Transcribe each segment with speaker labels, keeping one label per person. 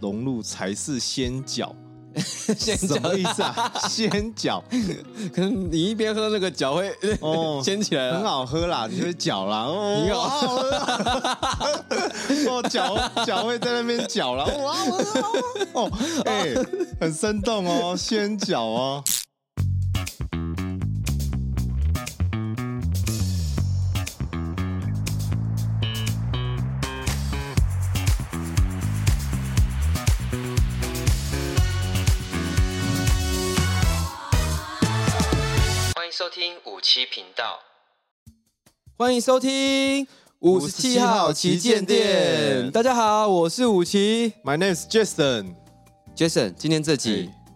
Speaker 1: 融入才是先脚，
Speaker 2: 先
Speaker 1: 什么
Speaker 2: 脚
Speaker 1: 意思 啊？先脚
Speaker 2: 可能你一边喝那个脚会
Speaker 1: 哦，
Speaker 2: 掀起来了，
Speaker 1: 很好喝啦， 你会搅啦，哦，
Speaker 2: 你好
Speaker 1: 好好喝啊， 哦，搅搅会在那边搅啦，哇，好喝哦哦，哎，很生动哦，先搅哦。
Speaker 3: 欢迎收听五七频道。
Speaker 2: 欢迎收听五十七号旗舰店。大家好，我是五奇
Speaker 1: My name is Jason，
Speaker 2: Jason。今天这集
Speaker 1: 哎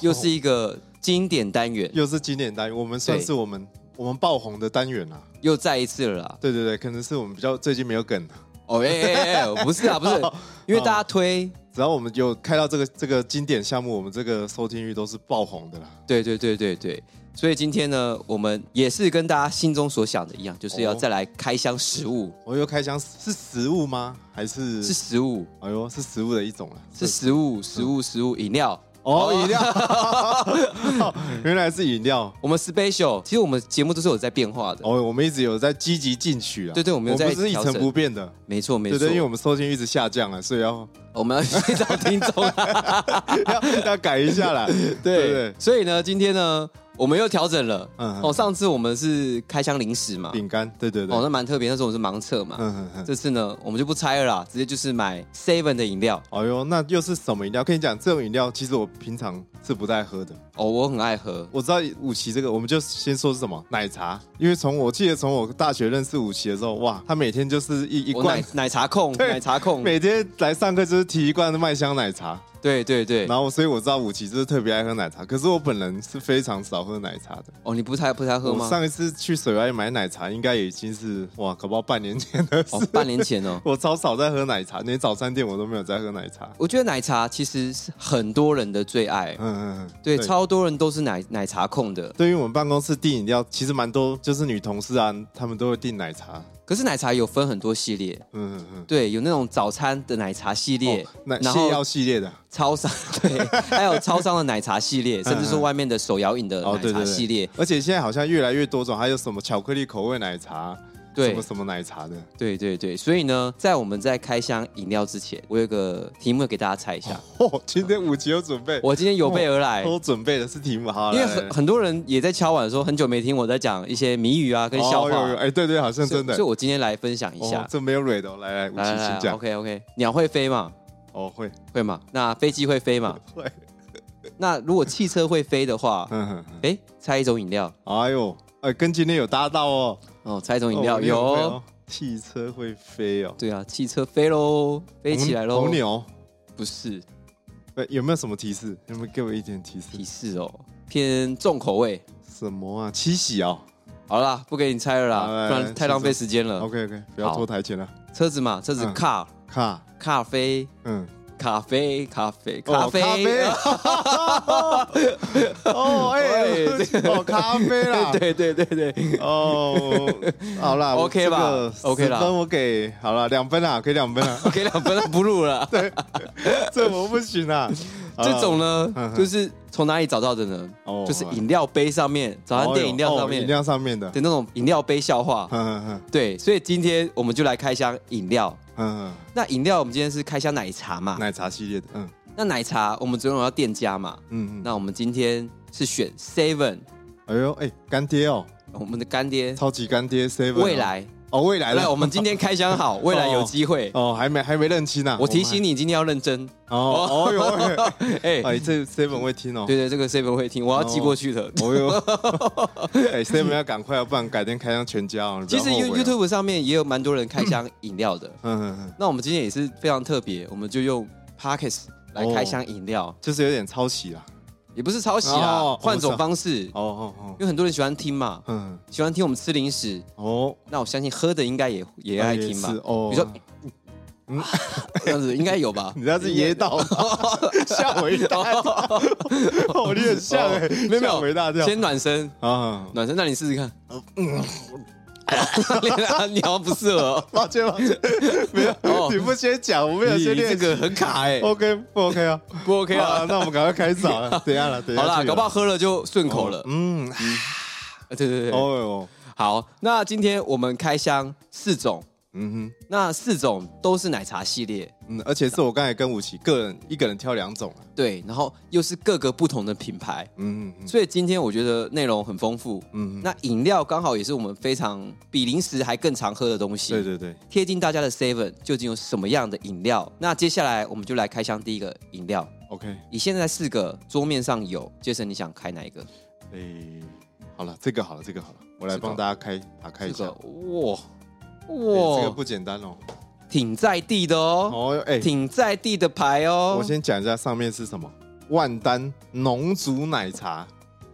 Speaker 2: 又是一个经典单元，
Speaker 1: 又是经典单元，我们算是我们我们爆红的单元啦。啊
Speaker 2: 又再一次了啦。
Speaker 1: 对对对，可能是我们比较最近没有梗，
Speaker 2: 哦，哎哎哎，不是啊，不是，
Speaker 1: 哦
Speaker 2: 因为大家推，
Speaker 1: 只要我们有开到这个这个经典项目，我们这个收听率都是爆红的啦。
Speaker 2: 对对对对对。所以今天呢，我们也是跟大家心中所想的一样，就是要
Speaker 1: 哦
Speaker 2: 再来开箱食物，
Speaker 1: 我又开箱是食物吗？还是
Speaker 2: 是食物，
Speaker 1: 哎呦是食物的一种啦，
Speaker 2: 是食物，食物，食物，饮料。
Speaker 1: 哦饮料， 原来是饮料。
Speaker 2: 我们 special，其实我们节目都是有在变化的，
Speaker 1: 哦，我们一直有在积极进取啊。
Speaker 2: 对对我们有在
Speaker 1: 不是一
Speaker 2: 调
Speaker 1: 成
Speaker 2: 整
Speaker 1: 不变的。
Speaker 2: 没错没
Speaker 1: 对
Speaker 2: 错，
Speaker 1: 对，因为我们收听一直下降啊，所以要
Speaker 2: 我们要去找听众啊
Speaker 1: 要要改一 下啦。对
Speaker 2: 对
Speaker 1: 对，
Speaker 2: 所以呢，今天呢，我们又调整了。
Speaker 1: 嗯
Speaker 2: 哦，上次我们是开箱零食嘛，
Speaker 1: 饼干，对对对。
Speaker 2: 哦，那蛮特别，那时候我们是盲测嘛。
Speaker 1: 嗯嗯嗯。
Speaker 2: 这次呢，我们就不猜了啦，直接就是买 Seven 的饮料。
Speaker 1: 哎呦，那又是什么饮料？跟你讲，这种饮料其实我平常是不太喝的。
Speaker 2: 哦，我很爱喝。
Speaker 1: 我知道五奇这个，我们就先说是什么奶茶，因为从我记得从我大学认识五奇的时候，哇，他每天就是一一
Speaker 2: 我
Speaker 1: 罐
Speaker 2: 哦奶，奶茶控，
Speaker 1: 对
Speaker 2: 奶茶控，
Speaker 1: 每天来上课就是提一罐麦香奶茶，
Speaker 2: 对对对。
Speaker 1: 然后所以我知道五奇就是特别爱喝奶茶，可是我本人是非常少喝奶茶的。
Speaker 2: 哦，你不太不太喝
Speaker 1: 我
Speaker 2: 吗？
Speaker 1: 上一次去水外买奶茶，应该也已经是哇，搞不好半年前的事。。
Speaker 2: 哦，半年前 哦
Speaker 1: 我超少在喝奶茶，连早餐店我都没有在喝奶茶。
Speaker 2: 我觉得奶茶其实是很多人的最爱，
Speaker 1: 嗯嗯嗯，
Speaker 2: 对，超多人都是奶奶茶控的。
Speaker 1: 对于我们办公室订饮料，其实蛮多，就是女同事啊，她们都会订奶茶。
Speaker 2: 可是奶茶有分很多系列，
Speaker 1: 嗯嗯嗯，
Speaker 2: 对，有那种早餐的奶茶系列，
Speaker 1: 哦奶
Speaker 2: 然
Speaker 1: 泻
Speaker 2: 后
Speaker 1: 药系列的，
Speaker 2: 超商 对，还有超商的奶茶系列，甚至是
Speaker 1: 嗯
Speaker 2: 外面的手摇饮的
Speaker 1: 哦
Speaker 2: 呃奶
Speaker 1: 对对
Speaker 2: 茶
Speaker 1: 对，
Speaker 2: 系列，
Speaker 1: 而且现在好像越来越多种，还有什么巧克力口味奶茶，
Speaker 2: 对
Speaker 1: 什么什么奶茶的。
Speaker 2: 对对对。所以呢，在我们在开箱饮料之前，我有个题目给大家猜一下。
Speaker 1: 哦，今天五级有准备，
Speaker 2: 我今天有备而来，
Speaker 1: 都准备的是题目，好，
Speaker 2: 因为
Speaker 1: 来来
Speaker 2: 很
Speaker 1: 来
Speaker 2: 很多人也在敲碗说很久没听我在讲一些谜语啊跟笑话，
Speaker 1: 哦有有哎，对对，好像
Speaker 2: 所以
Speaker 1: 真的
Speaker 2: 所以，我今天来分享一下。
Speaker 1: 哦这没有蕊的哦，来来，五
Speaker 2: 来
Speaker 1: 级
Speaker 2: 来
Speaker 1: 请
Speaker 2: 来
Speaker 1: 讲。
Speaker 2: ，OK OK，鸟会飞嘛？
Speaker 1: 哦，会
Speaker 2: 会嘛？那飞机会飞嘛？
Speaker 1: 会，
Speaker 2: 那如果汽车会飞的话，
Speaker 1: 嗯嗯嗯，
Speaker 2: 哎，猜一种饮料
Speaker 1: 哎呦，哎，跟今天有搭到哦，
Speaker 2: 哦，猜一种饮料
Speaker 1: 哦
Speaker 2: 有
Speaker 1: 会
Speaker 2: 哦
Speaker 1: 哦。汽车会飞哦，
Speaker 2: 对啊，汽车飞喽，飞起来喽。
Speaker 1: 红牛。
Speaker 2: 不是
Speaker 1: 呃，有没有什么提示？有没有给我一点提示？
Speaker 2: 提示哦，偏重口味。
Speaker 1: 什么啊？七喜哦。
Speaker 2: 好啦，不给你猜了
Speaker 1: 好
Speaker 2: 啦，
Speaker 1: 来
Speaker 2: 不
Speaker 1: 来
Speaker 2: 然太浪费时间了。
Speaker 1: OK OK，不要
Speaker 2: 嗯好
Speaker 1: 拖台前了。
Speaker 2: 车子嘛，车子
Speaker 1: 嗯
Speaker 2: 卡
Speaker 1: 卡，
Speaker 2: 咖啡
Speaker 1: 嗯，
Speaker 2: 咖啡咖啡咖
Speaker 1: 哦
Speaker 2: 啡，啊
Speaker 1: 哦，哎，哦，咖啡啦，
Speaker 2: 对对对对，
Speaker 1: 哦，好 啦
Speaker 2: OK 吧
Speaker 1: 我这个
Speaker 2: OK 啦，
Speaker 1: 10分我给好啦，两分啊啦，给两分啦
Speaker 2: 给两分不入了。
Speaker 1: 这我不行啊。好啦
Speaker 2: 这种呢
Speaker 1: 嗯，嗯
Speaker 2: 就是从哪里找到的呢？
Speaker 1: 哦
Speaker 2: 就是饮料杯上面，早餐店饮料上
Speaker 1: 哦饮
Speaker 2: 面的
Speaker 1: 料上面 的，嗯
Speaker 2: 那种饮料杯笑话。
Speaker 1: 嗯嗯
Speaker 2: 对，所以今天我们就来开箱饮料。
Speaker 1: 嗯嗯，
Speaker 2: 那饮料我们今天是开箱奶茶嘛？
Speaker 1: 奶茶系列的，嗯
Speaker 2: 那奶茶我们总有要店家嘛？
Speaker 1: 嗯嗯，
Speaker 2: 那我们今天是选 Seven，
Speaker 1: 哎呦哎，干爹哦，
Speaker 2: 我们的干爹
Speaker 1: 超级干爹 Seven，
Speaker 2: 未来。
Speaker 1: 哦，未来
Speaker 2: 来，
Speaker 1: 了，
Speaker 2: 我们今天开箱 好，未来有机会。
Speaker 1: 哦还没还没认清呢，
Speaker 2: 我提醒你，今天要认真。
Speaker 1: 我们还哦哦呦哎呦。
Speaker 2: 哎，
Speaker 1: 哎，这 Seven 会听哦。
Speaker 2: 对对，这个 Seven 会听，我要寄过去的。
Speaker 1: 哦哟，哎，Seven 要赶快哦，不然改天开箱全家哦。你不
Speaker 2: 其
Speaker 1: 要
Speaker 2: 实
Speaker 1: 后悔
Speaker 2: You
Speaker 1: 哦
Speaker 2: YouTube 上面也有蛮多人开箱饮料的。
Speaker 1: 嗯嗯嗯，
Speaker 2: 那我们今天也是非常特别，我们就用 Pockets 来开箱饮料，
Speaker 1: 就是有点抄袭啦。
Speaker 2: 也不是抄袭啊，
Speaker 1: 哦
Speaker 2: 换种方式，
Speaker 1: 哦哦哦
Speaker 2: 因，为很多人喜欢听嘛，
Speaker 1: 嗯
Speaker 2: 喜欢听我们吃零食。
Speaker 1: 哦，
Speaker 2: 那我相信喝的应该也也爱听吧
Speaker 1: 也是？哦，嗯
Speaker 2: 比如说 这样子应该有吧？
Speaker 1: 你那是噎到， 吓我一大跳，哦，你 很像哎，
Speaker 2: 没有没
Speaker 1: 吓我一大
Speaker 2: 有，
Speaker 1: 跳
Speaker 2: 先暖身，
Speaker 1: 啊。
Speaker 2: 暖身，那你试试看。 你好像不适合哦，
Speaker 1: 抱歉抱歉，没
Speaker 2: 哦
Speaker 1: 有，你不先讲，我没有
Speaker 2: 你
Speaker 1: 先
Speaker 2: 这
Speaker 1: 练习。
Speaker 2: 个很卡哎，
Speaker 1: OK 不 OK 啊？
Speaker 2: 不 OK
Speaker 1: 好
Speaker 2: 啊？
Speaker 1: 那我们赶快开始好 了，等一下了，等一下
Speaker 2: 好
Speaker 1: 去了。啊
Speaker 2: 啦，搞不好喝了就顺口了。呃
Speaker 1: 嗯，
Speaker 2: 对对对对，
Speaker 1: 哦哟，
Speaker 2: 好，那今天我们开箱四种，
Speaker 1: 嗯
Speaker 2: 那四种都是奶茶系列，
Speaker 1: 哼，嗯，而且是我刚才跟武奇个人一个人挑两种啊，
Speaker 2: 对，然后又是各个不同的品牌，
Speaker 1: 嗯嗯
Speaker 2: 所以今天我觉得内容很丰富。
Speaker 1: 嗯，
Speaker 2: 那饮料刚好也是我们非常比零食还更常喝的东西，
Speaker 1: 对对对，
Speaker 2: 贴近大家的 Seven 究竟有什么样的饮料？那接下来我们就来开箱第一个饮料。
Speaker 1: OK，
Speaker 2: 以现在四个桌面上有，杰森你想开哪一个？
Speaker 1: 诶，好了，这个好了，这个好了，我来
Speaker 2: 这个
Speaker 1: 帮大家开打开
Speaker 2: 这
Speaker 1: 一下
Speaker 2: 个，
Speaker 1: 诶
Speaker 2: 哇哇，
Speaker 1: 这个不简单哦，
Speaker 2: 挺在地的哦，
Speaker 1: 哦，哎，
Speaker 2: 挺在地的牌哦。
Speaker 1: 我先讲一下上面是什么，万丹浓煮奶茶，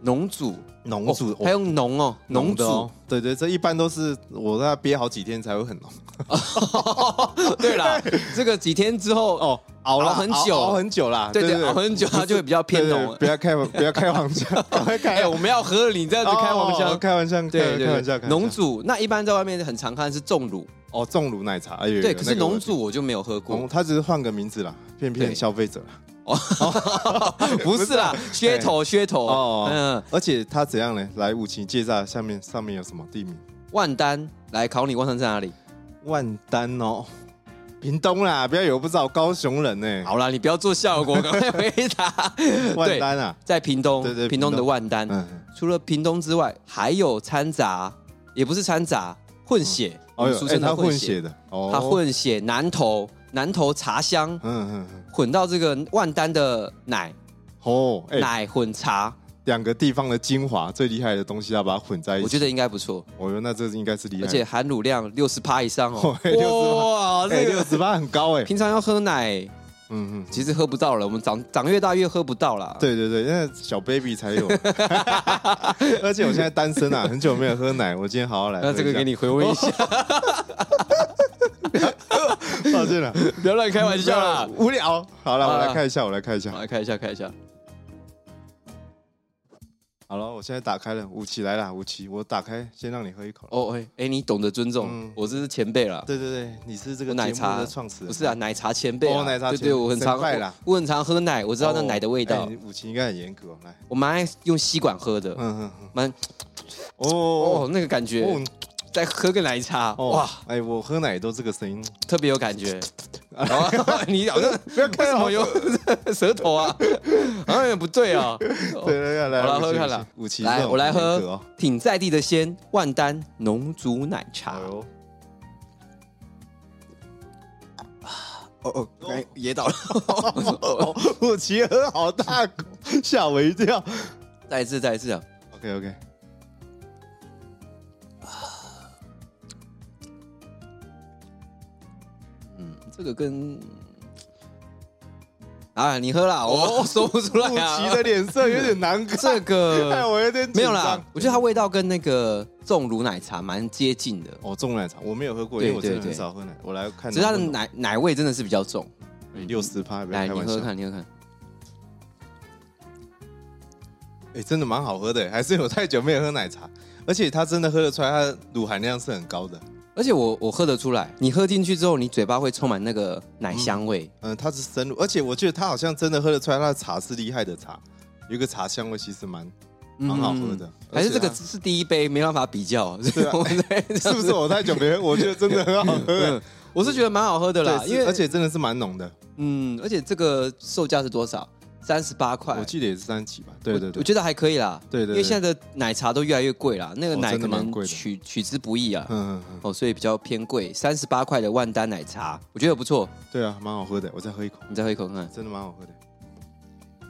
Speaker 2: 农主，
Speaker 1: 浓煮
Speaker 2: 哦，还用农哦，农
Speaker 1: 的
Speaker 2: 主
Speaker 1: 哦。，对对，这一般都是我在那憋好几天才会很浓。
Speaker 2: 哦 对啦，这个几天之后，
Speaker 1: 哦，熬了
Speaker 2: 熬很久
Speaker 1: 熬很久啦，
Speaker 2: 对
Speaker 1: 对
Speaker 2: 对，熬很久它就会比较偏
Speaker 1: 对对
Speaker 2: 浓
Speaker 1: 不。要开不要开黄 腔，赶快开
Speaker 2: 哎，我们要喝了你这样子开黄
Speaker 1: 哦
Speaker 2: 腔，
Speaker 1: 开玩笑，
Speaker 2: 对
Speaker 1: 开
Speaker 2: 对
Speaker 1: 玩笑，开玩笑
Speaker 2: 对，农主那一般在外面很常看是重乳，
Speaker 1: 哦，重乳奶茶，哎呦，
Speaker 2: 对，可是农
Speaker 1: 浓
Speaker 2: 主我就没有喝过
Speaker 1: 浓，，他只是换个名字啦，骗骗
Speaker 2: 对
Speaker 1: 消费者啦。
Speaker 2: 不 是啦，噱头噱头
Speaker 1: 哦，
Speaker 2: 嗯，
Speaker 1: 而且他怎样呢？来，武奇介绍下面上面有什么地名？
Speaker 2: 万丹来考你，万丹在哪里？
Speaker 1: 万丹哦，屏东啦，不要以为我不知道，高雄人呢。
Speaker 2: 好啦，你不要做 效果，赶快回答。
Speaker 1: 万
Speaker 2: 对，
Speaker 1: 丹啊，
Speaker 2: 在屏东，
Speaker 1: 对对
Speaker 2: 屏东
Speaker 1: 屏
Speaker 2: 的
Speaker 1: 东
Speaker 2: 万丹，
Speaker 1: 嗯，
Speaker 2: 除了屏东之外，还有掺杂，也不是掺杂，混血，
Speaker 1: 哦
Speaker 2: 我们
Speaker 1: 呦，
Speaker 2: 俗
Speaker 1: 哎，
Speaker 2: 称
Speaker 1: 他
Speaker 2: 的
Speaker 1: 混
Speaker 2: 混血
Speaker 1: 血，的，哦，
Speaker 2: 它，混血南投，南投茶香
Speaker 1: 嗯嗯嗯，
Speaker 2: 混到这个万丹的奶
Speaker 1: 哦，哎，
Speaker 2: 奶混茶，
Speaker 1: 两个地方的精华最厉害的东西要把它混在一起。
Speaker 2: 我觉得应该不错，
Speaker 1: 我觉得那这应该是厉害，
Speaker 2: 而且含乳量六十趴以 上哦，
Speaker 1: 60%
Speaker 2: 哇，这
Speaker 1: 哎六
Speaker 2: 个
Speaker 1: 十八很高哎、
Speaker 2: 平常要喝奶，
Speaker 1: 嗯嗯，
Speaker 2: 其实喝不到了，我们长长越大越喝不到啦。
Speaker 1: 对对对，那小 baby 才 有，而且我现在单身啊，很久没有喝奶，我今天好好来。
Speaker 2: 那这个给
Speaker 1: 你，
Speaker 2: 你回味一
Speaker 1: 哦
Speaker 2: 下，
Speaker 1: 抱歉了，
Speaker 2: 不要乱开玩 笑啦。啊
Speaker 1: 无聊。好了，
Speaker 2: 好
Speaker 1: 我
Speaker 2: 啦
Speaker 1: 来看一下，我来看一
Speaker 2: 好
Speaker 1: 下。
Speaker 2: 来看一下，看一下，
Speaker 1: 好了，我现在打开了，武奇来了，武奇，我打开，先让你喝一口。
Speaker 2: 哦，哎、哎，你懂得尊重，
Speaker 1: 嗯
Speaker 2: 我这是前辈啦。
Speaker 1: 对对对，你是这个
Speaker 2: 我奶
Speaker 1: 节目
Speaker 2: 茶
Speaker 1: 的创始人，
Speaker 2: 不是啊，奶茶前辈、啊，
Speaker 1: 哦奶茶
Speaker 2: 对
Speaker 1: 前
Speaker 2: 对，我很常
Speaker 1: 神快啦
Speaker 2: 我，我很常喝奶，我
Speaker 1: 哦，
Speaker 2: 知道那奶的味道，
Speaker 1: 哎你武奇应该很严格哦，来，
Speaker 2: 我蛮爱用吸管喝的，
Speaker 1: 嗯嗯嗯，
Speaker 2: 蛮
Speaker 1: 哦
Speaker 2: 哦
Speaker 1: 哦
Speaker 2: 那个感觉，
Speaker 1: 哦
Speaker 2: 再喝个奶茶，
Speaker 1: 哦，哇
Speaker 2: 哇，，
Speaker 1: 哎，我喝奶都这个声音，
Speaker 2: 特别有 感觉。哦、你好像
Speaker 1: 不要
Speaker 2: 为
Speaker 1: 看
Speaker 2: 什
Speaker 1: 我
Speaker 2: 么有 舌头啊？好像有点不对啊。
Speaker 1: 对对对，来，
Speaker 2: 好啦喝
Speaker 1: 武器
Speaker 2: 看啦
Speaker 1: 武器，
Speaker 2: 来，我来
Speaker 1: 这种很严格
Speaker 2: 喝
Speaker 1: 哦
Speaker 2: 挺在地的鲜万丹浓煮奶茶
Speaker 1: 哎。 呦，哦哦，
Speaker 2: 哎，噎到了。
Speaker 1: 哦，武奇喝好大口，吓我一跳。
Speaker 2: 再一次，再一次啊！
Speaker 1: OK OK，
Speaker 2: 嗯，这个跟啊，你喝啦，我我说不出来
Speaker 1: 武奇
Speaker 2: 啊。
Speaker 1: 哦的脸色有点难看，
Speaker 2: 这
Speaker 1: 害
Speaker 2: 个
Speaker 1: 我有点紧张
Speaker 2: 没有啦，。我觉得它味道跟那个重乳奶茶蛮接近的，
Speaker 1: 哦，重奶茶我没有喝过，
Speaker 2: 对
Speaker 1: 因为我真的
Speaker 2: 对对
Speaker 1: 很少喝奶。我来看，
Speaker 2: 只是它的奶奶味真的是比较重。
Speaker 1: 六十趴，不要
Speaker 2: 来，
Speaker 1: 开
Speaker 2: 你
Speaker 1: 玩
Speaker 2: 喝
Speaker 1: 笑
Speaker 2: 喝。看，你喝喝看。
Speaker 1: 哎，真的蛮好喝的，还是我太久没有喝奶茶，而且它真的喝得出来，它的乳含量是很高的。
Speaker 2: 而且我我喝得出来，你喝进去之后，你嘴巴会充满那个奶香味。
Speaker 1: 嗯，它是深入，而且我觉得它好像真的喝得出来，它的茶是厉害的茶，有一个茶香味，其实蛮蛮嗯好喝的。
Speaker 2: 嗯还是这
Speaker 1: 而且啊
Speaker 2: 个
Speaker 1: 它
Speaker 2: 是第一杯，没办法比较，
Speaker 1: 对啊
Speaker 2: 我们 在这
Speaker 1: 是
Speaker 2: 样
Speaker 1: 不是我太久没喝？我觉得真的很好喝、欸
Speaker 2: 嗯我是觉得蛮好喝的
Speaker 1: 对
Speaker 2: 啦，
Speaker 1: 是
Speaker 2: 因为
Speaker 1: 而且真的是蛮浓的，
Speaker 2: 嗯，而且这个售价是多少？三十八块。
Speaker 1: 我记得也是三级吧？对对
Speaker 2: 我
Speaker 1: 对，
Speaker 2: 觉得还可以啦。
Speaker 1: 对对对
Speaker 2: 因为现在的奶茶都越来越贵啦，那个
Speaker 1: 哦
Speaker 2: 奶
Speaker 1: 真
Speaker 2: 可
Speaker 1: 的蛮
Speaker 2: 能
Speaker 1: 贵的
Speaker 2: 取取之不易啊。
Speaker 1: 嗯嗯嗯，
Speaker 2: 哦，所以比较偏贵，三十八块的万丹奶茶，我觉得不错。
Speaker 1: 对啊，蛮好喝的，我再喝一口，
Speaker 2: 你再喝一口看看。
Speaker 1: 真的蛮好喝的。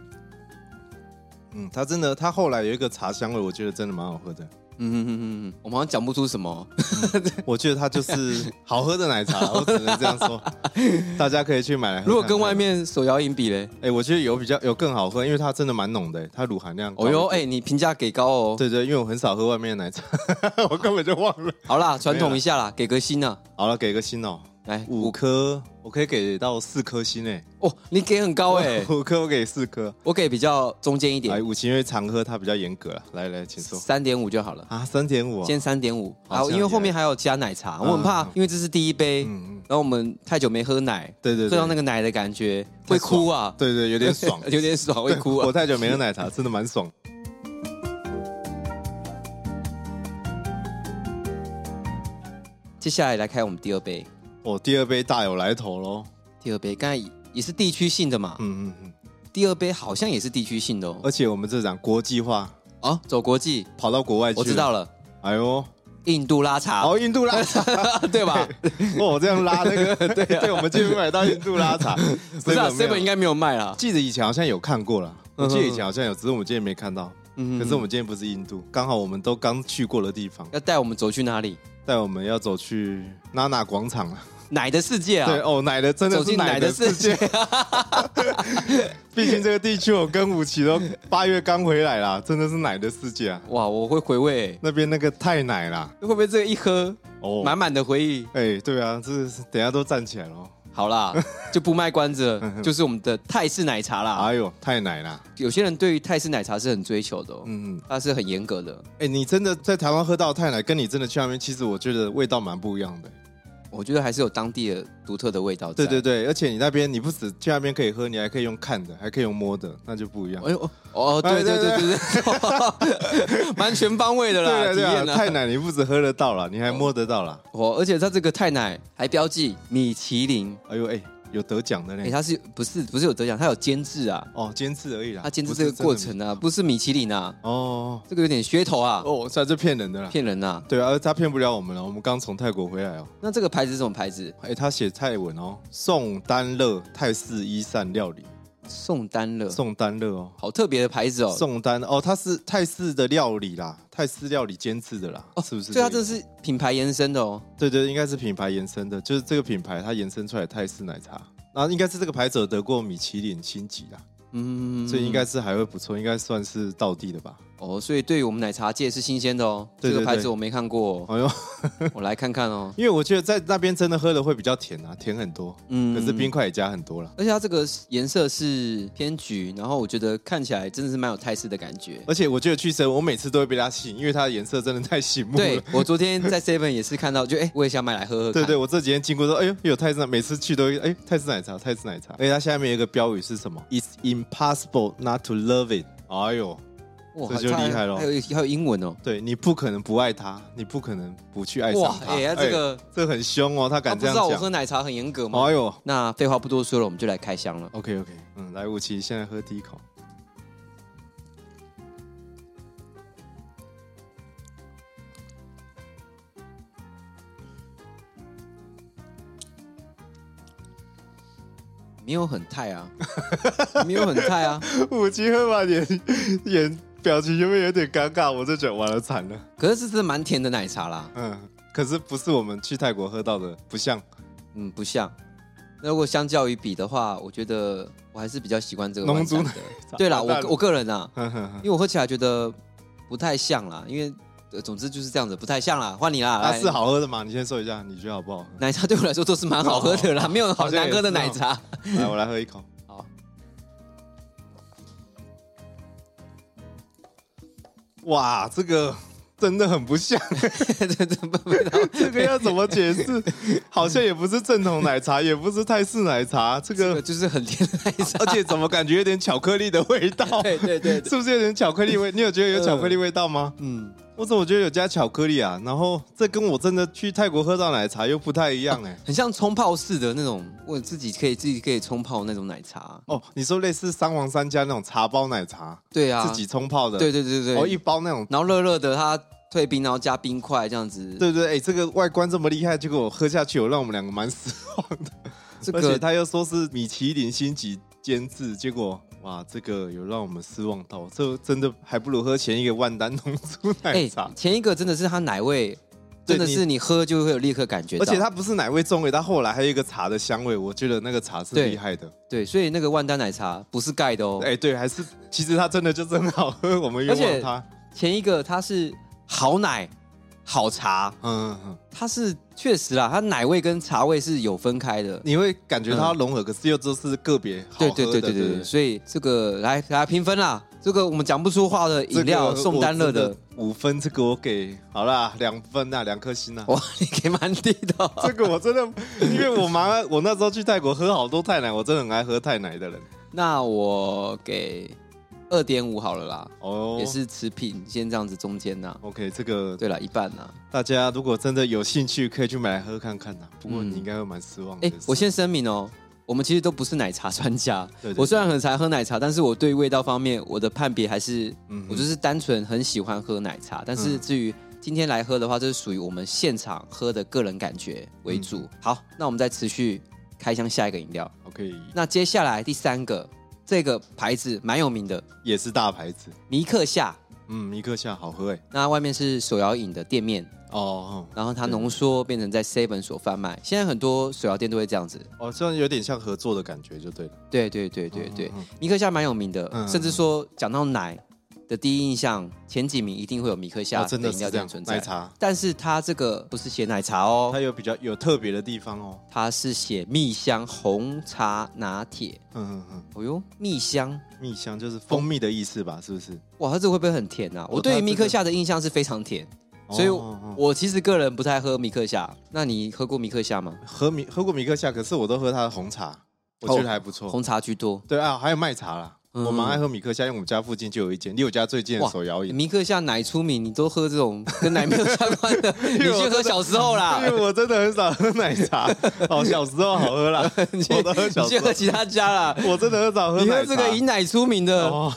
Speaker 1: 嗯，它真的，它后来有一个茶香味，我觉得真的蛮好喝的。
Speaker 2: 嗯嗯嗯嗯，我们好像讲不出 什么。
Speaker 1: 我觉得它就是好喝的奶茶，我只能这样说。大家可以去买来喝看看。
Speaker 2: 如果跟外面手摇饮比嘞，
Speaker 1: 哎、我觉得有比较有更好喝，因为它真的蛮浓的，它乳含量高。
Speaker 2: 哦哟，哎，你评价给高哦。
Speaker 1: 对对，因为我很少 喝外面的奶茶，我根本就忘了。
Speaker 2: 好啦，传统一下啦，给个心啊。
Speaker 1: 好了，给个星哦，
Speaker 2: 来
Speaker 1: 五颗，我可以给到四颗星诶、
Speaker 2: 哦，你给很高哎、
Speaker 1: 五颗我给四颗。
Speaker 2: 我给比较中间一
Speaker 1: 来，
Speaker 2: 点，
Speaker 1: 五七因为常喝它比较严格啊，来来，请说
Speaker 2: 三点五就好了，
Speaker 1: 啊，三点五，
Speaker 2: 先三点五。
Speaker 1: 好
Speaker 2: 好，
Speaker 1: 像
Speaker 2: 因为
Speaker 1: 也
Speaker 2: 后面还有加奶茶，我很怕
Speaker 1: 嗯，
Speaker 2: 因为这是第一杯，
Speaker 1: 嗯嗯，
Speaker 2: 然后我们太久没喝奶，
Speaker 1: 对对
Speaker 2: 喝
Speaker 1: 对，
Speaker 2: 到那
Speaker 1: 个
Speaker 2: 个奶的感觉会哭啊，
Speaker 1: 对对，有点
Speaker 2: ，
Speaker 1: 爽
Speaker 2: 有点爽，会
Speaker 1: 对
Speaker 2: 哭
Speaker 1: 我
Speaker 2: 啊。
Speaker 1: 太久没喝奶茶，真的蛮爽。
Speaker 2: 接下来来开我们第二杯，
Speaker 1: 我哦第二杯大有来头喽，
Speaker 2: 第二杯刚才也是地区性的嘛，
Speaker 1: 嗯嗯嗯，
Speaker 2: 第二杯好像也是地区性的哦。
Speaker 1: 而且我们这场国际化，
Speaker 2: 哦，走国际，
Speaker 1: 跑到国外去，
Speaker 2: 我知道
Speaker 1: 了，
Speaker 2: 了，啊
Speaker 1: 哎呦，
Speaker 2: 印度拉茶，
Speaker 1: 哦，印度拉茶，
Speaker 2: 对吧？
Speaker 1: 哦，我这样拉那个，对对，我们今天买到印度拉茶，
Speaker 2: 啊不是啊
Speaker 1: Seven 没有
Speaker 2: ，seven 应该没有卖啦。
Speaker 1: 记得以前好像有看过了，我记得以前好像有，只是我们今天没看到。
Speaker 2: 嗯
Speaker 1: 可是我们今天不是印度，刚好我们都刚去过的地方，
Speaker 2: 要带我们走去哪里？
Speaker 1: 带我们要走去娜娜广场了。
Speaker 2: 奶的世界啊！
Speaker 1: 对哦，奶的真的
Speaker 2: 走
Speaker 1: 是
Speaker 2: 进
Speaker 1: 奶
Speaker 2: 奶
Speaker 1: 的
Speaker 2: 的
Speaker 1: 世
Speaker 2: 世
Speaker 1: 界
Speaker 2: 界。
Speaker 1: 毕竟这个地区我跟吴奇都八月刚回来啦，真的是奶的世界啊！
Speaker 2: 哇，我会回味欸，
Speaker 1: 那边那个太奶啦，
Speaker 2: 会不会这个一喝，
Speaker 1: 哦，
Speaker 2: 满满的回忆？
Speaker 1: 哎、对啊，这是等一下都站起来了哦。
Speaker 2: 好 啦，就不卖关子
Speaker 1: 嗯
Speaker 2: 了，就是我们的泰式奶茶啦。
Speaker 1: 哎呦，太奶啦，
Speaker 2: 有些人对于泰式奶茶是很追求的、哦，
Speaker 1: 嗯，
Speaker 2: 它是很严格的。
Speaker 1: 哎、你真的在台湾喝到太奶，跟你真的去那边，其实我觉得味道蛮不一样的、
Speaker 2: 我觉得还是有当地的独特的味道。
Speaker 1: 对对，对，而且你那边你不止去那边可以喝，你还可以用看的，还可以用摸的，那就不一样。
Speaker 2: 哎呦，哦，对对对对对， 蛮全方位的
Speaker 1: 对
Speaker 2: 啦，
Speaker 1: 啊
Speaker 2: 体
Speaker 1: 对
Speaker 2: 验
Speaker 1: 啊，太
Speaker 2: 啦。
Speaker 1: 奶你不止喝得到啦，你还摸得到啦。
Speaker 2: 哦，而且它这个泰奶还标记米其林，
Speaker 1: 哎呦哎、有得奖的
Speaker 2: 哎，
Speaker 1: 呢。
Speaker 2: 它是不是不是有得奖？它有监制啊，
Speaker 1: 哦，监制而已啦。
Speaker 2: 它监制
Speaker 1: 不是
Speaker 2: 这个过程
Speaker 1: 真的
Speaker 2: 啊，不是米其林啊，
Speaker 1: 哦哦
Speaker 2: 这个有点噱头啊，
Speaker 1: 哦，哦算是骗人的啦。
Speaker 2: 骗人啊。
Speaker 1: 对啊，他骗不了我们了。我们刚从泰国回来哦。
Speaker 2: 那这个牌子是什么牌子？
Speaker 1: 哎、他写泰文哦，宋丹乐泰式伊膳料理。
Speaker 2: 嗯宋丹乐，
Speaker 1: 宋丹乐哦，
Speaker 2: 好特别的牌子哦。
Speaker 1: 宋丹哦，它是泰式的料理啦，泰式料理监制的啦，是不是这
Speaker 2: 所以
Speaker 1: 个意
Speaker 2: 它
Speaker 1: 思？
Speaker 2: 哦啊这是品牌延伸的哦。
Speaker 1: 对对，应该是品牌延伸的，就是这个品牌它延伸出来的泰式奶茶，然后应该是这个牌子有得过米其林星级啦，
Speaker 2: 嗯，
Speaker 1: 所以应该是还会不错，应该算是到地的吧。
Speaker 2: 哦，所以对于我们奶茶界是新鲜的哦。
Speaker 1: 对对
Speaker 2: 这个牌
Speaker 1: 对
Speaker 2: 子我没看过、哦，
Speaker 1: 哎呦，
Speaker 2: 我来看看哦。
Speaker 1: 因为我觉得在那边真的喝的会比较甜啊，甜很多，
Speaker 2: 嗯
Speaker 1: 可是冰，块也加很多啦。
Speaker 2: 而且它这个颜色是偏橘，然后我觉得看起来真的是蛮有泰式的感 觉。
Speaker 1: 而且我觉得去神，我每次都会被它吸引，因为它的颜色真的太醒目了。
Speaker 2: 对我昨天在 Seven 也是看到，就哎、我也想买来喝喝看。
Speaker 1: 对对，我这几天经过说，哎呦，有泰式奶，每次去都会，哎，泰式奶茶，泰式奶茶。哎，它下面有一个标语是什么？It's impossible not to love it。哎呦，
Speaker 2: 哇
Speaker 1: 这就厉害咯
Speaker 2: 还有还有英文哦。
Speaker 1: 对你不可能不爱它，你不可能不去爱
Speaker 2: 哇
Speaker 1: 上，它。
Speaker 2: 哎、呀，这个、
Speaker 1: 这很凶哦，他
Speaker 2: 他
Speaker 1: 敢
Speaker 2: 不
Speaker 1: 这
Speaker 2: 知
Speaker 1: 样
Speaker 2: 道我
Speaker 1: 讲。
Speaker 2: 喝奶茶很严格吗？
Speaker 1: 哎呦
Speaker 2: 那废话不多说了，我们就来开箱了。哦
Speaker 1: ，OK OK，嗯，来武奇，现在喝第一口。
Speaker 2: 没有很泰啊，没有很泰啊。
Speaker 1: 武奇喝完 眼眼表情有没有有点尴尬？我就觉得完了惨了。
Speaker 2: 可是这是蛮甜的奶茶啦，
Speaker 1: 嗯，可是不是我们去泰国喝到的，不像
Speaker 2: 嗯，不像。那如果相较于比的话，我觉得我还是比较喜欢这个
Speaker 1: 浓
Speaker 2: 晚
Speaker 1: 猪
Speaker 2: 餐
Speaker 1: 奶嗯
Speaker 2: 的。对啦，
Speaker 1: 完蛋
Speaker 2: 我
Speaker 1: 了
Speaker 2: 我个人啊，
Speaker 1: 呵呵呵
Speaker 2: 因为我喝起来觉得不太像啦，因为、呃总之就是这样子，不太像啦。换你啦，
Speaker 1: 啊
Speaker 2: 来
Speaker 1: 是好喝的吗？你先说一下，你觉得好不好喝？
Speaker 2: 奶茶对我来说都是蛮好喝的啦，没有好
Speaker 1: 好像
Speaker 2: 难
Speaker 1: 也
Speaker 2: 喝的
Speaker 1: 是哦
Speaker 2: 奶茶。
Speaker 1: 来，我来喝一口。
Speaker 2: 好，
Speaker 1: 哇，这个真的很不像，啊
Speaker 2: 这这不不
Speaker 1: 这个要怎么解释？好像也不是正统奶茶，也不是泰式奶茶，这
Speaker 2: 这个
Speaker 1: 个啊
Speaker 2: 就是很甜的奶茶。
Speaker 1: 而且怎么感觉有点巧克力的味道？
Speaker 2: 对对 对对，呃
Speaker 1: 是不是有点巧克力味？你有觉得有巧克力味道吗？
Speaker 2: 嗯，
Speaker 1: 我怎么觉得有加巧克力啊？然后这跟我真的去泰国喝到奶茶又不太一样哎、
Speaker 2: 很像冲泡式的那种，我自己可以自己可以冲泡那种奶茶。
Speaker 1: 哦，你说类似三皇三家那种茶包奶茶，
Speaker 2: 对啊，
Speaker 1: 自己冲泡的，
Speaker 2: 对对对对，
Speaker 1: 哦一包那种，
Speaker 2: 然后热热的，它退冰，然后加冰块这样子。，
Speaker 1: 对对，哎、这个外观这么厉害，结果我喝下去，有让我们两个蛮失望的。
Speaker 2: 这
Speaker 1: 而且
Speaker 2: 个
Speaker 1: 他又说是米其林星级监制，结果哇，这个有让我们失望到，这真的还不如喝前一个万丹 浓珠
Speaker 2: 哎
Speaker 1: 奶茶。
Speaker 2: 前一个真的是它奶味，
Speaker 1: 对
Speaker 2: 真的是你喝就会有立刻感觉到。
Speaker 1: 而且它不是奶味重味，它后来还有一个茶的香味，我觉得那个茶是
Speaker 2: 对
Speaker 1: 厉害的。
Speaker 2: 对，所以那个万丹奶茶不是盖的哦，
Speaker 1: 哎、对，还是其实它真的就真好喝，我们冤枉它。
Speaker 2: 前一个它是好奶，好茶，
Speaker 1: 嗯，嗯
Speaker 2: 它是确实啊啦，它奶味跟茶味是有分开的。
Speaker 1: 你会感觉它融合，可是又都是个别好喝
Speaker 2: 嗯对
Speaker 1: 的。
Speaker 2: 对对对对对，所以这个来给大家评分啦，这个我们讲不出话的饮料送丹乐的，
Speaker 1: 五分，这个我给好啦，两分呐、两颗星呐、啊
Speaker 2: 哇，你给蛮低的 哦、
Speaker 1: 这个我真的，因为我妈，我那时候去泰国喝好多泰奶，我真的很爱喝泰奶的人。
Speaker 2: 那我给二点五好了啦，
Speaker 1: 哦，
Speaker 2: 也是持平，先这样子中间呐、
Speaker 1: OK，这个
Speaker 2: 对了，一半呐、
Speaker 1: 大家如果真的有兴趣，可以去买来喝看看呐、不过你应该会蛮失望的。
Speaker 2: 哎、我先声明哦，我们其实都不是奶茶专家。
Speaker 1: 对对
Speaker 2: 我虽然很常喝奶茶，但是我对味道方面我的判别还是，
Speaker 1: 嗯哼嗯
Speaker 2: 我就是单纯很喜欢喝奶茶。但是至于今天来喝的话，这是属于我们现场喝的个人感觉为主。
Speaker 1: 嗯
Speaker 2: 好，那我们再持续开箱下一个饮料。
Speaker 1: OK，
Speaker 2: 那接下来第三个，这个牌子蛮有名的，
Speaker 1: 也是大牌子，
Speaker 2: 尼克夏。
Speaker 1: 嗯，一克夏好喝哎、
Speaker 2: 那外面是手摇饮的店面，
Speaker 1: 哦
Speaker 2: 然后它浓缩变成在 Seven 所贩卖。现在很多手摇店都会这样子。
Speaker 1: 哦，这样有点像合作的感觉就对了。
Speaker 2: 对对对对对
Speaker 1: 嗯嗯，
Speaker 2: 米克夏蛮有名的，
Speaker 1: 嗯
Speaker 2: 甚至说讲到奶的第一印象，前几名一定会有米克夏
Speaker 1: 哦真的
Speaker 2: 饮料
Speaker 1: 是这
Speaker 2: 店
Speaker 1: 样
Speaker 2: 存，在。
Speaker 1: 奶茶
Speaker 2: 但是它这个不是写奶茶哦
Speaker 1: 它，有比较有特别的地方哦。
Speaker 2: 它是写蜜香红茶拿铁。
Speaker 1: 嗯嗯嗯，
Speaker 2: 哦呦，蜜香，
Speaker 1: 蜜香就是蜂蜜的意思吧？是不是？
Speaker 2: 哇，它这会不会很甜啊？我
Speaker 1: 哦它
Speaker 2: 对于
Speaker 1: 这
Speaker 2: 米
Speaker 1: 个
Speaker 2: 克夏的印象是非常甜，所以
Speaker 1: 哦哦
Speaker 2: 我其实个人不太喝米克夏。那你喝过米克夏吗？
Speaker 1: 喝米喝过米克夏，可是我都喝它的红茶，我觉得还不错。
Speaker 2: 红茶居多。
Speaker 1: 对啊，还有麦茶啦，
Speaker 2: 嗯
Speaker 1: 我蛮爱喝米克夏，因为我们家附近就有一间，离我家最近的手摇饮。
Speaker 2: 米克夏奶出名，你都喝这种跟奶没有相关 的，你
Speaker 1: 为我
Speaker 2: 去
Speaker 1: 真
Speaker 2: 喝
Speaker 1: 的
Speaker 2: 小时候啦。
Speaker 1: 因为我真的很少喝奶 茶，哦，小时候好喝啦，我都喝
Speaker 2: 你
Speaker 1: 小
Speaker 2: 去
Speaker 1: 时
Speaker 2: 喝
Speaker 1: 候，
Speaker 2: 其他家啦。
Speaker 1: 我真的很少喝奶
Speaker 2: 你
Speaker 1: 茶。
Speaker 2: 喝这个以奶出名的，
Speaker 1: 哦，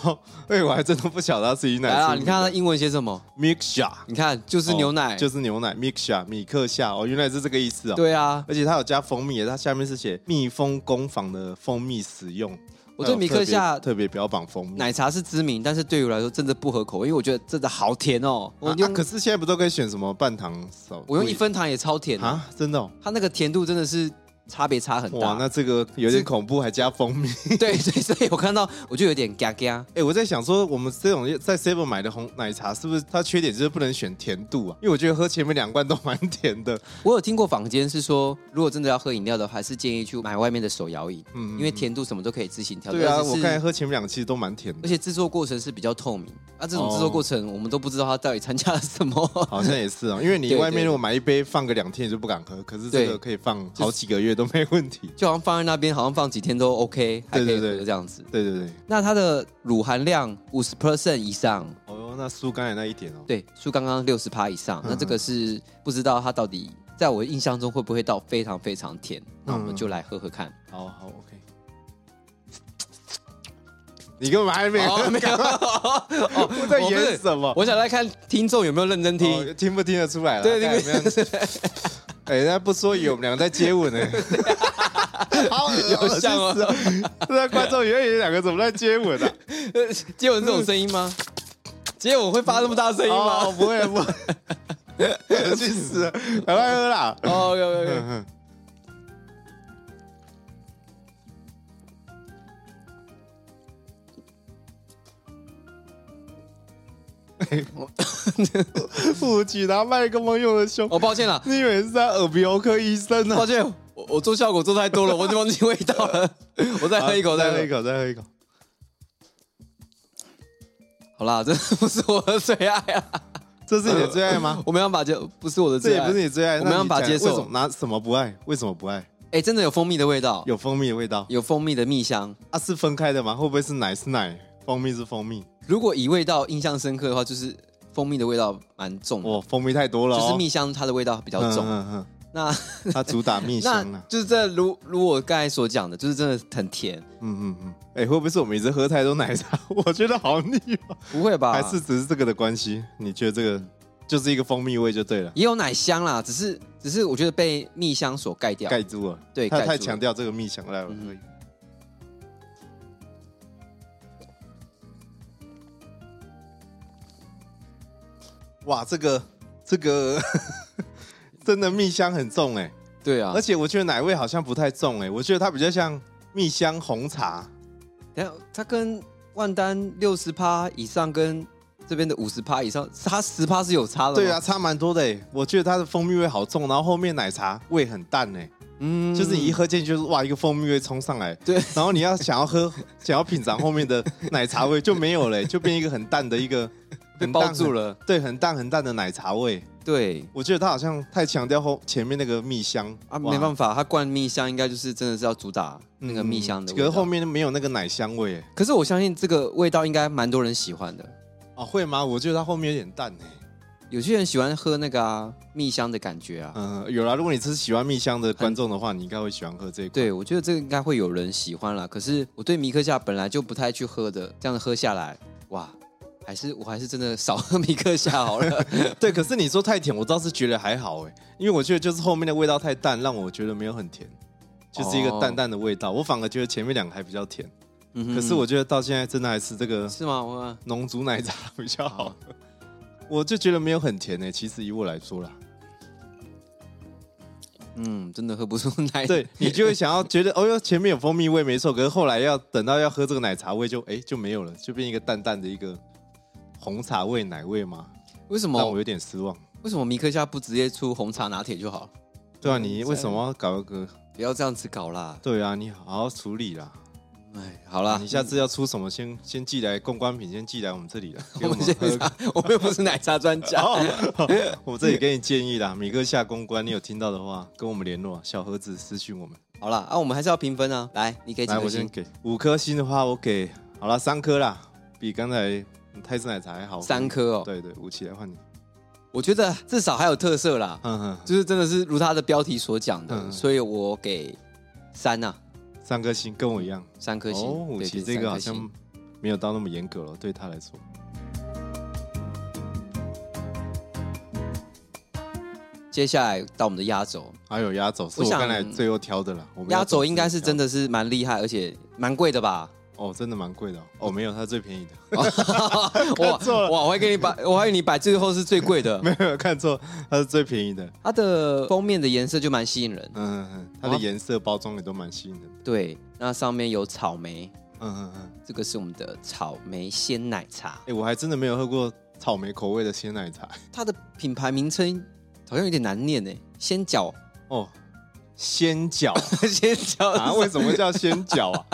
Speaker 1: 哎，我还真的不晓得它是以奶
Speaker 2: 来
Speaker 1: 出
Speaker 2: 啦，
Speaker 1: 名的。
Speaker 2: 你看它英文写什么？
Speaker 1: 米克夏哦
Speaker 2: 你看就是牛奶，
Speaker 1: 就是是牛奶米克夏，米克夏哦，原来是这个意思哦。
Speaker 2: 对啊。
Speaker 1: 而且它有加蜂蜜，它下面是写蜜蜂工坊的蜂蜜使用。
Speaker 2: 我对米克夏
Speaker 1: 那有特别特别标榜蜂蜜。啊
Speaker 2: 奶茶是知名，但是对我来说真的不合口味，因为我觉得真的好甜哦。我
Speaker 1: 啊
Speaker 2: 用、
Speaker 1: 啊可是现在不都可以选什么半糖少？
Speaker 2: 我用一分糖也超甜啊，
Speaker 1: 啊，真的哦、
Speaker 2: 它那个甜度真的是差别差很
Speaker 1: 哇，
Speaker 2: 大。
Speaker 1: 那这个有点恐怖，还加蜂 蜜。
Speaker 2: 对对，所以我看到我就有点嘎嘎。
Speaker 1: 哎、我在想说，我们这种在 Seven 买的红奶茶，是不是它缺点就是不能选甜度啊？因为我觉得喝前面两罐都蛮甜 的。
Speaker 2: 我有听过坊间是说，如果真的要喝饮料的话，还是建议去买外面的手摇饮，
Speaker 1: 嗯
Speaker 2: 因为甜度什么都可以自行调。
Speaker 1: 对啊，
Speaker 2: 而且
Speaker 1: 我
Speaker 2: 是
Speaker 1: 刚才喝前面两个其实都蛮甜
Speaker 2: 而
Speaker 1: 的，
Speaker 2: 且制作过程是比较透明，啊，这种
Speaker 1: 哦
Speaker 2: 制作过程我们都不知道它到底参加了什么。
Speaker 1: 好像也是哦、因为你
Speaker 2: 对对
Speaker 1: 外面如果买一杯放个两天，你就不敢喝。可是这
Speaker 2: 对
Speaker 1: 个可以放好几个月都没问 题。
Speaker 2: 就好像放在那边，好像放几天都 OK，还可以
Speaker 1: 对对
Speaker 2: 喝
Speaker 1: 对
Speaker 2: 这样子。
Speaker 1: 对对对，
Speaker 2: 那它的乳含量五十 percent 以上，
Speaker 1: 哦，那苏刚才那一点哦、
Speaker 2: 对，数刚刚六十趴以上。
Speaker 1: 嗯
Speaker 2: 那这个是不知道它到底在我印象中会不会到非常非常甜。那我们
Speaker 1: 嗯
Speaker 2: 就来喝 喝看。
Speaker 1: 好好，OK。你干嘛还没
Speaker 2: 哦，
Speaker 1: 喝？
Speaker 2: 没有，哦
Speaker 1: 我在演什么？
Speaker 2: 我想来看听众有没有认真听。
Speaker 1: 哦听不听得出 来了？
Speaker 2: 对
Speaker 1: 看有没有？哎，人家不说以为我们两个在接吻呢。好啊
Speaker 2: 有像哦
Speaker 1: 恶心死了！那观众以为你两个怎么在接吻啊？
Speaker 2: 接吻这种声音吗？接吻会发这么大声音
Speaker 1: 哦，
Speaker 2: 吗？
Speaker 1: 不会不会，恶心死了！赶快喝啦！
Speaker 2: 哦，有有有。
Speaker 1: 我举拿麦克风用的凶，
Speaker 2: 哦，抱歉 了，
Speaker 1: 你以为是在耳鼻喉科医生呢
Speaker 2: 抱？歉，我我做效果做太多了，我就忘记味道了。 我再喝一口，
Speaker 1: 好再
Speaker 2: 再
Speaker 1: 喝
Speaker 2: 喝
Speaker 1: 一口，再喝一口。
Speaker 2: 好啦，这不是我的最爱啊！
Speaker 1: 这是你的最爱吗？
Speaker 2: 我没办法接，不是我的
Speaker 1: 这
Speaker 2: 最
Speaker 1: 也
Speaker 2: 爱，
Speaker 1: 不是你最爱，
Speaker 2: 我
Speaker 1: 那
Speaker 2: 没
Speaker 1: 你
Speaker 2: 办
Speaker 1: 讲
Speaker 2: 法接
Speaker 1: 为什么
Speaker 2: 受。
Speaker 1: 拿什么不爱？为什么不爱？
Speaker 2: 哎，真的有蜂蜜的味道，有
Speaker 1: 有蜂蜜的味道
Speaker 2: 有蜂蜜的蜜香。
Speaker 1: 啊？是分开的吗？会不会是奶是奶，蜂蜜是蜂蜜？
Speaker 2: 如果以味道印象深刻的话，就是蜂蜜的味道蛮重的，
Speaker 1: 哇，蜂蜜太多了哦，
Speaker 2: 嗯就是蜜香它的味道比较
Speaker 1: 嗯
Speaker 2: 重。
Speaker 1: 嗯嗯
Speaker 2: 那
Speaker 1: 嗯，它主打 蜜
Speaker 2: 那
Speaker 1: 香啊。
Speaker 2: 就是这如如我刚才所讲的，就是真的很甜，
Speaker 1: 嗯嗯嗯，哎、会不会是我们一直喝太多奶茶？ 我觉得好腻哦、
Speaker 2: 不会吧？
Speaker 1: 还是只是这个的关系？你觉得这个就是一个蜂蜜味就对了，
Speaker 2: 也有奶香啦，只是只是我觉得被蜜香所盖掉。
Speaker 1: 盖住了。
Speaker 2: 对
Speaker 1: 他
Speaker 2: 盖住了
Speaker 1: 太强调这个蜜香来了。
Speaker 2: 嗯
Speaker 1: 对哇，这个这个 真的蜜香很重哎、
Speaker 2: 对啊
Speaker 1: 而，且我觉得奶味好像不太重哎、我觉得它比较像蜜香红茶。
Speaker 2: 等一下它跟万丹六十趴以上跟这边的五十趴以上，它十趴是有差的。
Speaker 1: 对啊，，差蛮多的诶。我觉得它的蜂蜜味好重，然后后面奶茶味很淡哎诶，
Speaker 2: 嗯
Speaker 1: 就是一喝进去就是哇，一个蜂蜜味冲上来，
Speaker 2: 对，
Speaker 1: 然后你要想要喝，想要品尝后面的奶茶味就没有了，就变一个很淡的一个，
Speaker 2: 被
Speaker 1: 很
Speaker 2: 包
Speaker 1: 淡
Speaker 2: 住
Speaker 1: 很，
Speaker 2: 了。
Speaker 1: 对，很淡很淡的奶茶味。
Speaker 2: 对
Speaker 1: 我觉得它好像太强调后前面那个蜜香
Speaker 2: 啊，没
Speaker 1: 法，
Speaker 2: 办法，它灌蜜香应该就是真的是要主打那个蜜香的
Speaker 1: 嗯可
Speaker 2: 味
Speaker 1: 是
Speaker 2: 道。
Speaker 1: 后面没有那个奶香味诶。
Speaker 2: 可是我相信这个味道应该蛮多人喜欢的。
Speaker 1: 啊，会吗？我觉得它后面有点淡欸诶。
Speaker 2: 有些人喜欢喝那个啊蜜香的感觉啊，
Speaker 1: 嗯，有啦。如果你是喜欢蜜香的观众的话，你应该会喜欢喝这一款。
Speaker 2: 对我觉得这个应该会有人喜欢啦。可是我对米克夏本来就不太去喝的，这样喝下来，哇，还是我还是真的少喝米克夏好了。
Speaker 1: 对，可是你说太甜，我倒是觉得还好哎，因为我觉得就是后面的味道太淡，让我觉得没有很甜，就是一个
Speaker 2: 哦
Speaker 1: 淡淡的味道。我反而觉得前面两个还比较甜，
Speaker 2: 嗯哼
Speaker 1: 可是我觉得到现在真的还是这个
Speaker 2: 是吗？我
Speaker 1: 浓煮奶茶比较好
Speaker 2: 好。
Speaker 1: 我就觉得没有很甜哎，其实以我来说啦，
Speaker 2: 嗯，真的喝不出奶。
Speaker 1: 对你就会想要觉得 哦哟，前面有蜂蜜味没错，可是后来要等到要喝这个奶茶味就哎就没有了，就变一个淡淡的一个红茶味奶味嘛，
Speaker 2: 为什
Speaker 1: 让我
Speaker 2: 么
Speaker 1: 有点失望。
Speaker 2: 为什么米克夏不直接出红茶拿铁就好？
Speaker 1: 对啊，
Speaker 2: 嗯
Speaker 1: 你
Speaker 2: 在
Speaker 1: 为什么要搞一个？
Speaker 2: 不要这样子搞啦！
Speaker 1: 对啊，你好好处理啦。
Speaker 2: 哎，好啦，
Speaker 1: 啊你下次要出什么先先寄来公关品，先寄来我们这里了。给
Speaker 2: 我们
Speaker 1: 们
Speaker 2: 先
Speaker 1: 喝哦
Speaker 2: 茶，我们又不是奶茶专家。
Speaker 1: 我们这里给你建议啦，米哥下公关，你有听到的话跟我们联络，小盒子私讯我们。
Speaker 2: 好啦，啊，我们还是要评分啊。来，你给几
Speaker 1: 来，
Speaker 2: 颗
Speaker 1: 我先
Speaker 2: 星？
Speaker 1: 给五颗星的话，我给好了三颗啦，比刚才泰式奶茶还好。
Speaker 2: 三颗哦。
Speaker 1: 对对，五七来换你。
Speaker 2: 我觉得啊至少还有特色啦，
Speaker 1: 嗯哼，
Speaker 2: 就是真的是如它的标题所讲的，
Speaker 1: 嗯
Speaker 2: 所以我给三呐、啊，
Speaker 1: 三颗星跟我一样。
Speaker 2: 三颗星。
Speaker 1: 哦，五
Speaker 2: 对
Speaker 1: 七
Speaker 2: 对
Speaker 1: 这个好
Speaker 2: 三颗
Speaker 1: 像
Speaker 2: 星
Speaker 1: 没有到那么严格了，对他来说。
Speaker 2: 接下来到我们的压轴，
Speaker 1: 还有哎压轴是
Speaker 2: 我
Speaker 1: 我
Speaker 2: 想
Speaker 1: 刚才最后挑的啦。我们
Speaker 2: 压轴应该
Speaker 1: 最
Speaker 2: 是
Speaker 1: 后挑
Speaker 2: 真的是蛮厉害，而且蛮贵的 吧？
Speaker 1: 哦，真的蛮贵的哦。哦没有，它最便宜的，
Speaker 2: 哇哇，我还给你摆，我还以为你摆最后是最贵的。
Speaker 1: 没有看错，它是最便宜的。
Speaker 2: 它的封面的颜色就蛮吸引人，
Speaker 1: 嗯嗯嗯，它
Speaker 2: 哦
Speaker 1: 的颜色包装也都蛮吸引人的。
Speaker 2: 对，那上面有草莓，
Speaker 1: 嗯嗯嗯，
Speaker 2: 这个是我们的草莓鲜奶茶
Speaker 1: 哎、，我还真的没有喝过草莓口味的鲜奶茶。
Speaker 2: 它的品牌名称好像有点难念呢，仙角，
Speaker 1: 哦，鲜 饺
Speaker 2: 仙角
Speaker 1: 啊？为什么叫鲜饺啊？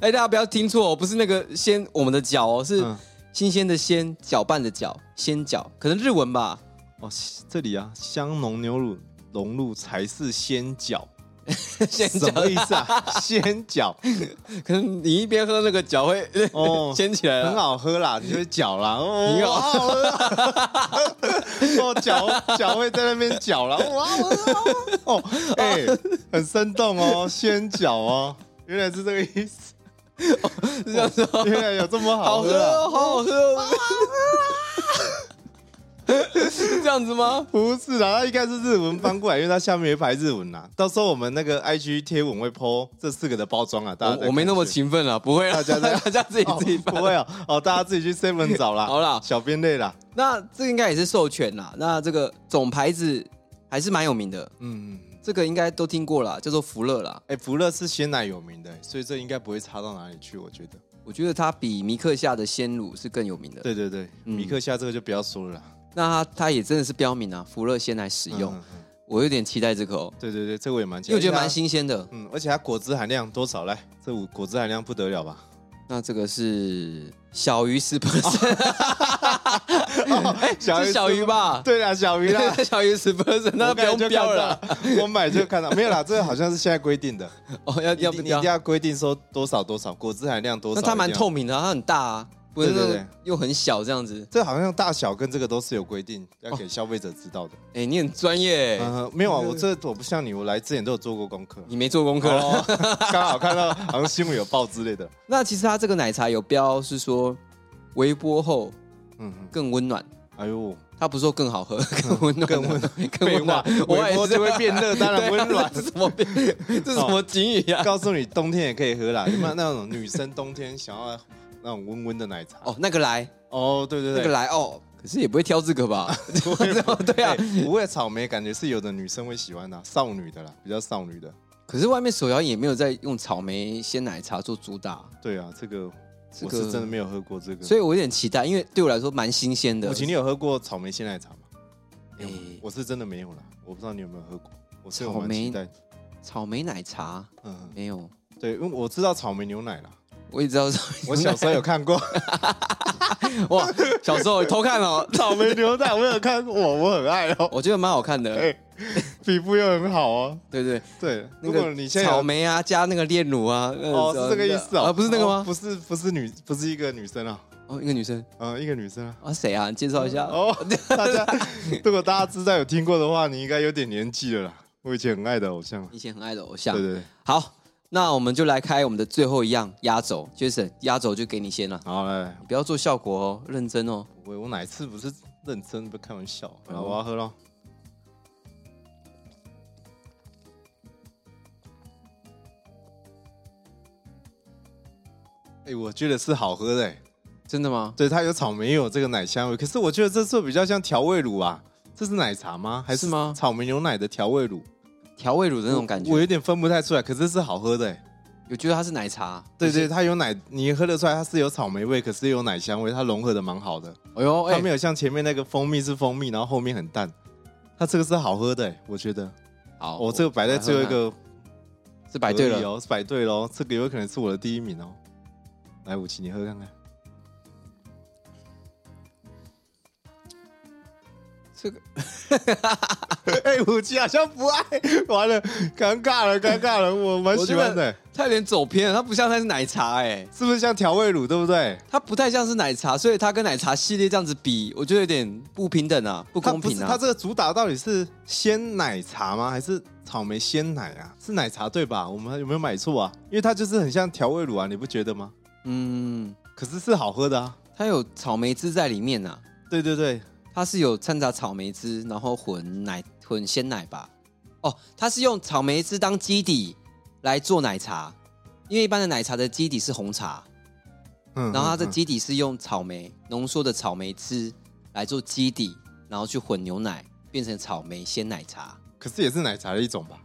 Speaker 2: 哎、大家不要听错哦，不是那个鲜，我们的饺哦， 是
Speaker 1: 嗯
Speaker 2: 新鲜的鲜，搅拌的搅，鲜饺，可能日 文吧。
Speaker 1: 哦，这里啊，香浓牛乳融入才是鲜饺。
Speaker 2: 鲜
Speaker 1: 什么
Speaker 2: 饺，
Speaker 1: 意思 啊？鲜饺
Speaker 2: 可能你一边喝那个饺会
Speaker 1: 哦，
Speaker 2: 掀起来
Speaker 1: 很
Speaker 2: 了。
Speaker 1: 好喝啦，你会搅 啦，哦，
Speaker 2: 你好
Speaker 1: 哇好喝 啊，哦，搅搅会在那边搅啦，哇，好喝啊 哦，哎、很生动哦，先搅哦，原来是这个意 思，
Speaker 2: 是这样说，
Speaker 1: 原来有这么好
Speaker 2: 好
Speaker 1: 喝
Speaker 2: 喝
Speaker 1: 啊，
Speaker 2: 哦，好好喝哦。 是这样子吗？
Speaker 1: 不是啦，它应该是日文翻过来，因为它下面有一排日文啦，到时候我们那个 IG 贴文会 po 这四个的包装啊，大家再
Speaker 2: 我我没那
Speaker 1: 看
Speaker 2: 么
Speaker 1: 一下。
Speaker 2: 勤奋了，啊不会啦，
Speaker 1: 大家再
Speaker 2: 大家自己
Speaker 1: 哦
Speaker 2: 自己
Speaker 1: 不
Speaker 2: 翻。
Speaker 1: 会哦，哦，大家自己去 Seven 找啦。
Speaker 2: 好啦
Speaker 1: 小编累啦。
Speaker 2: 那这个应该也是授权啦。那这个总牌子还是蛮有名的，
Speaker 1: 嗯，嗯嗯
Speaker 2: 这个应该都听过啦，叫做福乐啦。
Speaker 1: 哎、福乐是鲜奶有名的，所以这应该不会差到哪里去，我觉得。
Speaker 2: 我觉得它比米克夏的鲜乳是更有名的。
Speaker 1: 对对对，
Speaker 2: 嗯
Speaker 1: 米克夏这个就不要说了啦。
Speaker 2: 那它它也真的是标明啊，福乐鲜来使
Speaker 1: 嗯
Speaker 2: 用，
Speaker 1: 嗯嗯
Speaker 2: 我有点期待这个哦，
Speaker 1: 对对对，这个我也蛮期
Speaker 2: 因
Speaker 1: 待，
Speaker 2: 为我觉得
Speaker 1: 而且
Speaker 2: 蛮
Speaker 1: 它。
Speaker 2: 新鲜的。
Speaker 1: 嗯，而且它果汁含量多少？来，这五果汁含量不得了 吧？
Speaker 2: 那这个是小于十
Speaker 1: 哦
Speaker 2: percent，哎，
Speaker 1: 小于
Speaker 2: 是小于吧？，
Speaker 1: 对啦，小鱼啦
Speaker 2: 小于十 percent，那
Speaker 1: 我
Speaker 2: 不
Speaker 1: 刚才
Speaker 2: 用
Speaker 1: 就
Speaker 2: 标
Speaker 1: 看
Speaker 2: 了啦。
Speaker 1: 到。我买就看到，没有啦，这个好像是现在规定 的，
Speaker 2: 哦，要要
Speaker 1: 一
Speaker 2: 不
Speaker 1: 定一定
Speaker 2: 要？
Speaker 1: 要规定说多少多少果汁含量多少。
Speaker 2: 那它蛮
Speaker 1: 一定要
Speaker 2: 透，明的，它很大啊，不是
Speaker 1: 对对
Speaker 2: 那
Speaker 1: 对
Speaker 2: 种又很小这样子。
Speaker 1: 这好像大小跟这个都是有规定，
Speaker 2: 哦
Speaker 1: 要给消费者知道的。
Speaker 2: 哎，你很专业欸，
Speaker 1: 嗯，没有啊，我这我不像你，我来之前都有做过功课。
Speaker 2: 你没做功课了。
Speaker 1: 哦，刚好看到好像新闻有报之类的。
Speaker 2: 那其实它这个奶茶有标是说微波后
Speaker 1: 嗯，嗯
Speaker 2: 更温暖，
Speaker 1: 哎呦，
Speaker 2: 他不是说更好喝、更温暖、
Speaker 1: 嗯更温
Speaker 2: 暖、更
Speaker 1: 废
Speaker 2: 温
Speaker 1: 话
Speaker 2: 暖，，我
Speaker 1: 微
Speaker 2: 也
Speaker 1: 波
Speaker 2: 是。
Speaker 1: 就会变热，当然温暖哦
Speaker 2: 这什么变？这什么警语啊？
Speaker 1: 告诉你，冬天也可以喝啦。有 没有那种女生冬天想要那种温温的奶茶？
Speaker 2: 哦，那个来，
Speaker 1: 哦，对对
Speaker 2: 那
Speaker 1: 对，
Speaker 2: 个来哦，可是也不会挑这个吧？对啊，
Speaker 1: 哎不会草莓，感觉是有的女生会喜欢的，少女的啦，比较少女的。
Speaker 2: 可是外面手摇饮也没有在用草莓鲜奶茶做主打，
Speaker 1: 对啊，这个
Speaker 2: 这
Speaker 1: 我
Speaker 2: 个
Speaker 1: 是真的没有喝过这个。
Speaker 2: 所以我有点期待，因为对我来说蛮新鲜的。
Speaker 1: 母亲，你有喝过草莓鲜奶茶吗？
Speaker 2: 哎
Speaker 1: 我是真的没有啦，我不知道你有没有喝过。我是有
Speaker 2: 草
Speaker 1: 蛮期
Speaker 2: 莓
Speaker 1: 待，
Speaker 2: 草莓奶茶
Speaker 1: 嗯，
Speaker 2: 没有，
Speaker 1: 对，因为我知道草莓牛奶啦，
Speaker 2: 我也知道是。
Speaker 1: 我小时候有看过
Speaker 2: 哇，小时候偷 看哦，
Speaker 1: 草莓牛奶，我有看过，我我很爱哦，
Speaker 2: 我觉得蛮好看的。
Speaker 1: 哎，皮肤又很好哦。
Speaker 2: 对对，
Speaker 1: 对，
Speaker 2: 那
Speaker 1: 如
Speaker 2: 个
Speaker 1: 果你现在有
Speaker 2: 草莓啊，加那个炼乳啊，那个
Speaker 1: 哦，是这个意思哦，
Speaker 2: 啊，不是那个
Speaker 1: 哦
Speaker 2: 吗？
Speaker 1: 不是，不是女，不是一个女生啊，
Speaker 2: 哦，一个女生
Speaker 1: 嗯，一个女生啊。
Speaker 2: 啊，谁啊？你介绍一下。
Speaker 1: 哦， 大家，如果大家知道有听过的话，你应该有点年纪了啦。我以前很爱的偶像，啊
Speaker 2: 以前很爱的偶像。
Speaker 1: 对对对，
Speaker 2: 好，那我们就来开我们的最后一样压轴，Jason，压轴就给你先了，
Speaker 1: 好来，
Speaker 2: 你不要做效果哦，认真哦。
Speaker 1: 我我哪一次不是认真，不是开玩笑？
Speaker 2: 嗯
Speaker 1: 然后我要喝咯。哎、我觉得是好喝的、欸，
Speaker 2: 真的吗？
Speaker 1: 对，它有草莓，也有这个奶香味。可是我觉得这是比较像调味乳啊，这是奶茶吗？还
Speaker 2: 是吗
Speaker 1: 草莓牛奶的调味乳
Speaker 2: 调味乳的那种感
Speaker 1: 我，我
Speaker 2: 觉，
Speaker 1: 有点分不太出来。可是是好喝的、欸，
Speaker 2: 有觉得它是奶茶？
Speaker 1: 对
Speaker 2: 可是
Speaker 1: 对，，它有奶，你喝得出来它是有草莓味，可是也有奶香味，它融合的蛮好的。
Speaker 2: 哎呦，
Speaker 1: 它
Speaker 2: 哎
Speaker 1: 没，有像前面那个蜂蜜是蜂蜜，然后后面很淡。它这个是好喝的、欸，我觉得。
Speaker 2: 好，
Speaker 1: 我、这个摆在最后一个
Speaker 2: 是摆对
Speaker 1: 而已
Speaker 2: 了，
Speaker 1: 哦，是摆对了哦，这个有可能是我的第一名哦。来，武奇，你喝看看。
Speaker 2: 这个
Speaker 1: 哎、武奇好像不爱，完了，尴尬了，尴尬了， 我蛮喜欢的、
Speaker 2: 它有点走偏了，它不像它是奶茶，哎，
Speaker 1: 是不是像调味乳，对不对？
Speaker 2: 它不太像是奶茶，所以它跟奶茶系列这样子比，我觉得有点不平等啊，不
Speaker 1: 它
Speaker 2: 公
Speaker 1: 不是
Speaker 2: 平
Speaker 1: 它
Speaker 2: 啊。
Speaker 1: 这个主打到底是鲜奶茶吗？还是草莓鲜奶啊？是奶茶对吧？我们有没有买错啊？因为它就是很像调味乳啊，你不觉得吗？
Speaker 2: 嗯，
Speaker 1: 可是是好喝的啊。
Speaker 2: 它有草莓汁在里面啊，
Speaker 1: 对对对，
Speaker 2: 它是有掺杂草莓汁，然后混奶混鲜奶吧？哦，它是用草莓汁当基底来做奶茶，因为一般的奶茶的基底是红茶，
Speaker 1: 嗯
Speaker 2: 然后它的
Speaker 1: 嗯嗯
Speaker 2: 基底是用草莓浓缩的草莓汁来做基底，然后去混牛奶变成草莓鲜奶茶。
Speaker 1: 可是也是奶茶的一种吧？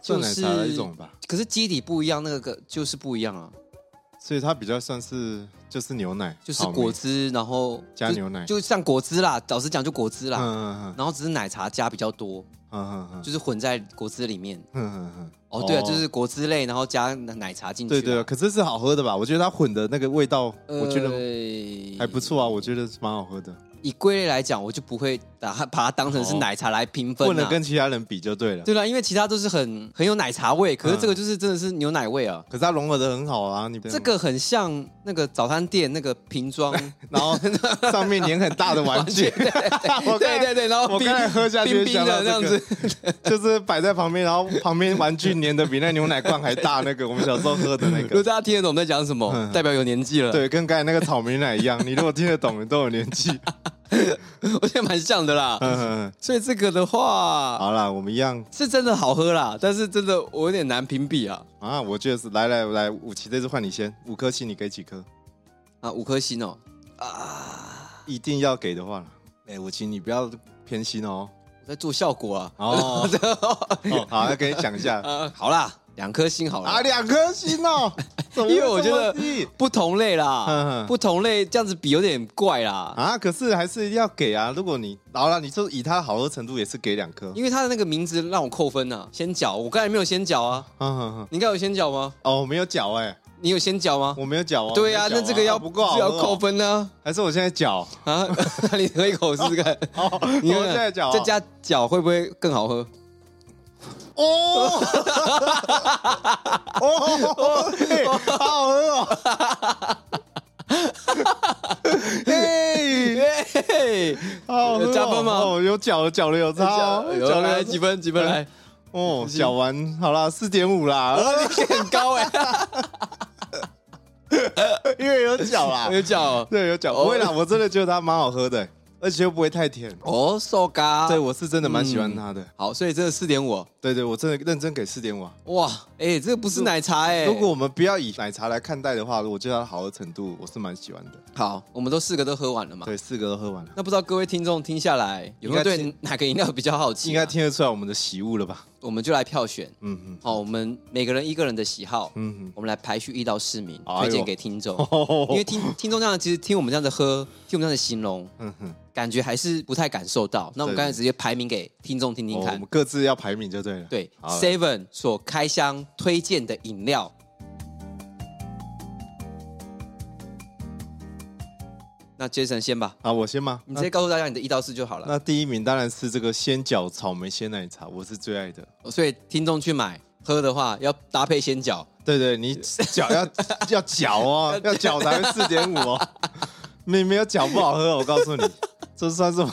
Speaker 2: 就
Speaker 1: 算奶
Speaker 2: 是
Speaker 1: 茶的一种吧，
Speaker 2: 可是基底不一样，那个就是不一样啊，
Speaker 1: 所以它比较算是就是牛奶，
Speaker 2: 就是
Speaker 1: 草莓
Speaker 2: 果汁，然后
Speaker 1: 加
Speaker 2: 就
Speaker 1: 牛奶
Speaker 2: 就像果汁啦，老实讲就果汁啦，
Speaker 1: 嗯嗯嗯
Speaker 2: 然后只是奶茶加比较多，
Speaker 1: 嗯嗯嗯
Speaker 2: 就是混在果汁里面。
Speaker 1: 嗯嗯，
Speaker 2: 哦，对啊，就是果汁类，然后加奶茶进去
Speaker 1: 对
Speaker 2: 啊。
Speaker 1: 对，可是是好喝的吧？我觉得它混的那个味道，
Speaker 2: 呃
Speaker 1: 我觉得
Speaker 2: 得
Speaker 1: 还不。错啊，我觉得是蛮好喝的。
Speaker 2: 以归类来讲，我就不会把它把它当成是奶茶来评分
Speaker 1: 哦不能
Speaker 2: 啊。
Speaker 1: 跟其他人比就对了。
Speaker 2: 对啦，因为其他都是很很有奶茶味，可是
Speaker 1: 嗯
Speaker 2: 这个就是真的是牛奶味啊。
Speaker 1: 可是它融合的很好啊，你
Speaker 2: 这，个很像那个早餐店那个瓶装
Speaker 1: 然 后上面粘很大的玩具，
Speaker 2: 对
Speaker 1: 我刚才
Speaker 2: 对对对，然后
Speaker 1: 我
Speaker 2: 冰
Speaker 1: 刚才喝下去
Speaker 2: 冰冰
Speaker 1: 想到
Speaker 2: 的这
Speaker 1: 这
Speaker 2: 样
Speaker 1: 个
Speaker 2: 子，，
Speaker 1: 就是摆在旁边，然后旁边玩具粘的比那牛奶罐还大，那个我们小时候喝的那
Speaker 2: 如果
Speaker 1: 个。
Speaker 2: 大家听得懂我们在讲什么，
Speaker 1: 嗯
Speaker 2: 代表有年纪了。，
Speaker 1: 对，跟刚才那个草莓奶一样，你如果听得懂，你都有年纪。
Speaker 2: 我觉得蛮像的啦。
Speaker 1: 嗯嗯嗯
Speaker 2: 所以这个的话
Speaker 1: 好啦，我们一样
Speaker 2: 是真的好喝啦，但是真的我有点难评比啊。
Speaker 1: 啊，我觉得是来来来，五奇这次换你先，五颗星你给几颗？
Speaker 2: 啊，五颗星哦！啊，
Speaker 1: 一定要给的话啦，哎、五奇你不要偏心哦。
Speaker 2: 我在做效果啊。
Speaker 1: 哦，哦好，要给你讲一 下
Speaker 2: 啊，好啦，两颗星好了。
Speaker 1: 啊，两颗星哦，怎么会
Speaker 2: 因为我觉得
Speaker 1: 这么低
Speaker 2: 不同类啦
Speaker 1: 嗯，嗯
Speaker 2: 不同类这样子比有点怪啦，
Speaker 1: 啊，可是还是一定要给啊。如果你好了，你就以它好喝程度也是给两颗。
Speaker 2: 因为他的那个名字让我扣分啊。先缴，我刚才没有先缴啊，
Speaker 1: 嗯嗯嗯
Speaker 2: 你应该有先缴吗？
Speaker 1: 哦，我没有搅哎、
Speaker 2: 你有先缴吗？
Speaker 1: 我没有搅哦。
Speaker 2: 对啊，
Speaker 1: 我没有
Speaker 2: 那
Speaker 1: 搅
Speaker 2: 这个要
Speaker 1: 啊不够好
Speaker 2: 是
Speaker 1: 喝
Speaker 2: 要
Speaker 1: 哦
Speaker 2: 扣，分呢
Speaker 1: 还是我现在 搅？
Speaker 2: 啊？那你喝一口试试看，
Speaker 1: 哦，
Speaker 2: 你
Speaker 1: 我现在搅哦，
Speaker 2: 再加脚会不会更好喝？
Speaker 1: 哦，哦，嘿好好喝哦！嘿，
Speaker 2: 嘿嘿嘿
Speaker 1: 好好喝哦
Speaker 2: 加分吗
Speaker 1: 哦，有搅了，搅了有差哦，
Speaker 2: 有
Speaker 1: 搅了
Speaker 2: 来
Speaker 1: 有
Speaker 2: 几分？几 分来？
Speaker 1: 哦，搅完好啦，四点五啦，
Speaker 2: 啊，你很高哎，
Speaker 1: 因为有啊搅啦，
Speaker 2: 有脚哦
Speaker 1: 对，有搅。
Speaker 2: 哦
Speaker 1: 不会啦，我真的觉得它蛮好喝的，而且又不会太甜。
Speaker 2: 哦，瘦嘎。
Speaker 1: 对，我是真的蛮喜欢它的。
Speaker 2: 好，所以这个四点五，
Speaker 1: 对对，我真的认真给四点五。
Speaker 2: 哇，哎、这个不是奶茶哎、
Speaker 1: 如果我们不要以奶茶来看待的话，我觉得它的好喝程度我是蛮喜欢的。
Speaker 2: 好，我们都四个都喝完了嘛？
Speaker 1: 对，四个都喝完了。
Speaker 2: 那不知道各位听众听下来有
Speaker 1: 应
Speaker 2: 没有
Speaker 1: 该
Speaker 2: 对
Speaker 1: 听
Speaker 2: 哪个饮料比较好奇、啊？
Speaker 1: 应该听得出来我们的喜恶了吧？
Speaker 2: 我们就来票选。
Speaker 1: 嗯嗯
Speaker 2: 好，我们每个人一个人的喜好，
Speaker 1: 嗯
Speaker 2: 我们来排序一到四名，
Speaker 1: 哎呦
Speaker 2: 推荐给听 众。
Speaker 1: 嗯，
Speaker 2: 因为听听众这样，其实听我们这样的喝，听我们这样的形容，
Speaker 1: 嗯哼，
Speaker 2: 感觉还是不太感受到。那我
Speaker 1: 对
Speaker 2: 们刚才直接排名给听众听
Speaker 1: 哦
Speaker 2: 听
Speaker 1: 我
Speaker 2: 看
Speaker 1: 们。各自要排名就对了。
Speaker 2: 对
Speaker 1: 好了
Speaker 2: ，Seven 所开箱推荐的饮料，那 Jason 先吧，
Speaker 1: 啊，我先吗？
Speaker 2: 你直接告诉大家你的一到四就好了。
Speaker 1: 那第一名当然是这个鲜饺草莓鲜奶茶，我是最爱的。
Speaker 2: 所以听众去买喝的话，要搭配鲜饺。
Speaker 1: 对对， 你搅要要搅哦，要搅才会四点五哦。你没有搅不好喝，我告诉你， 这算是我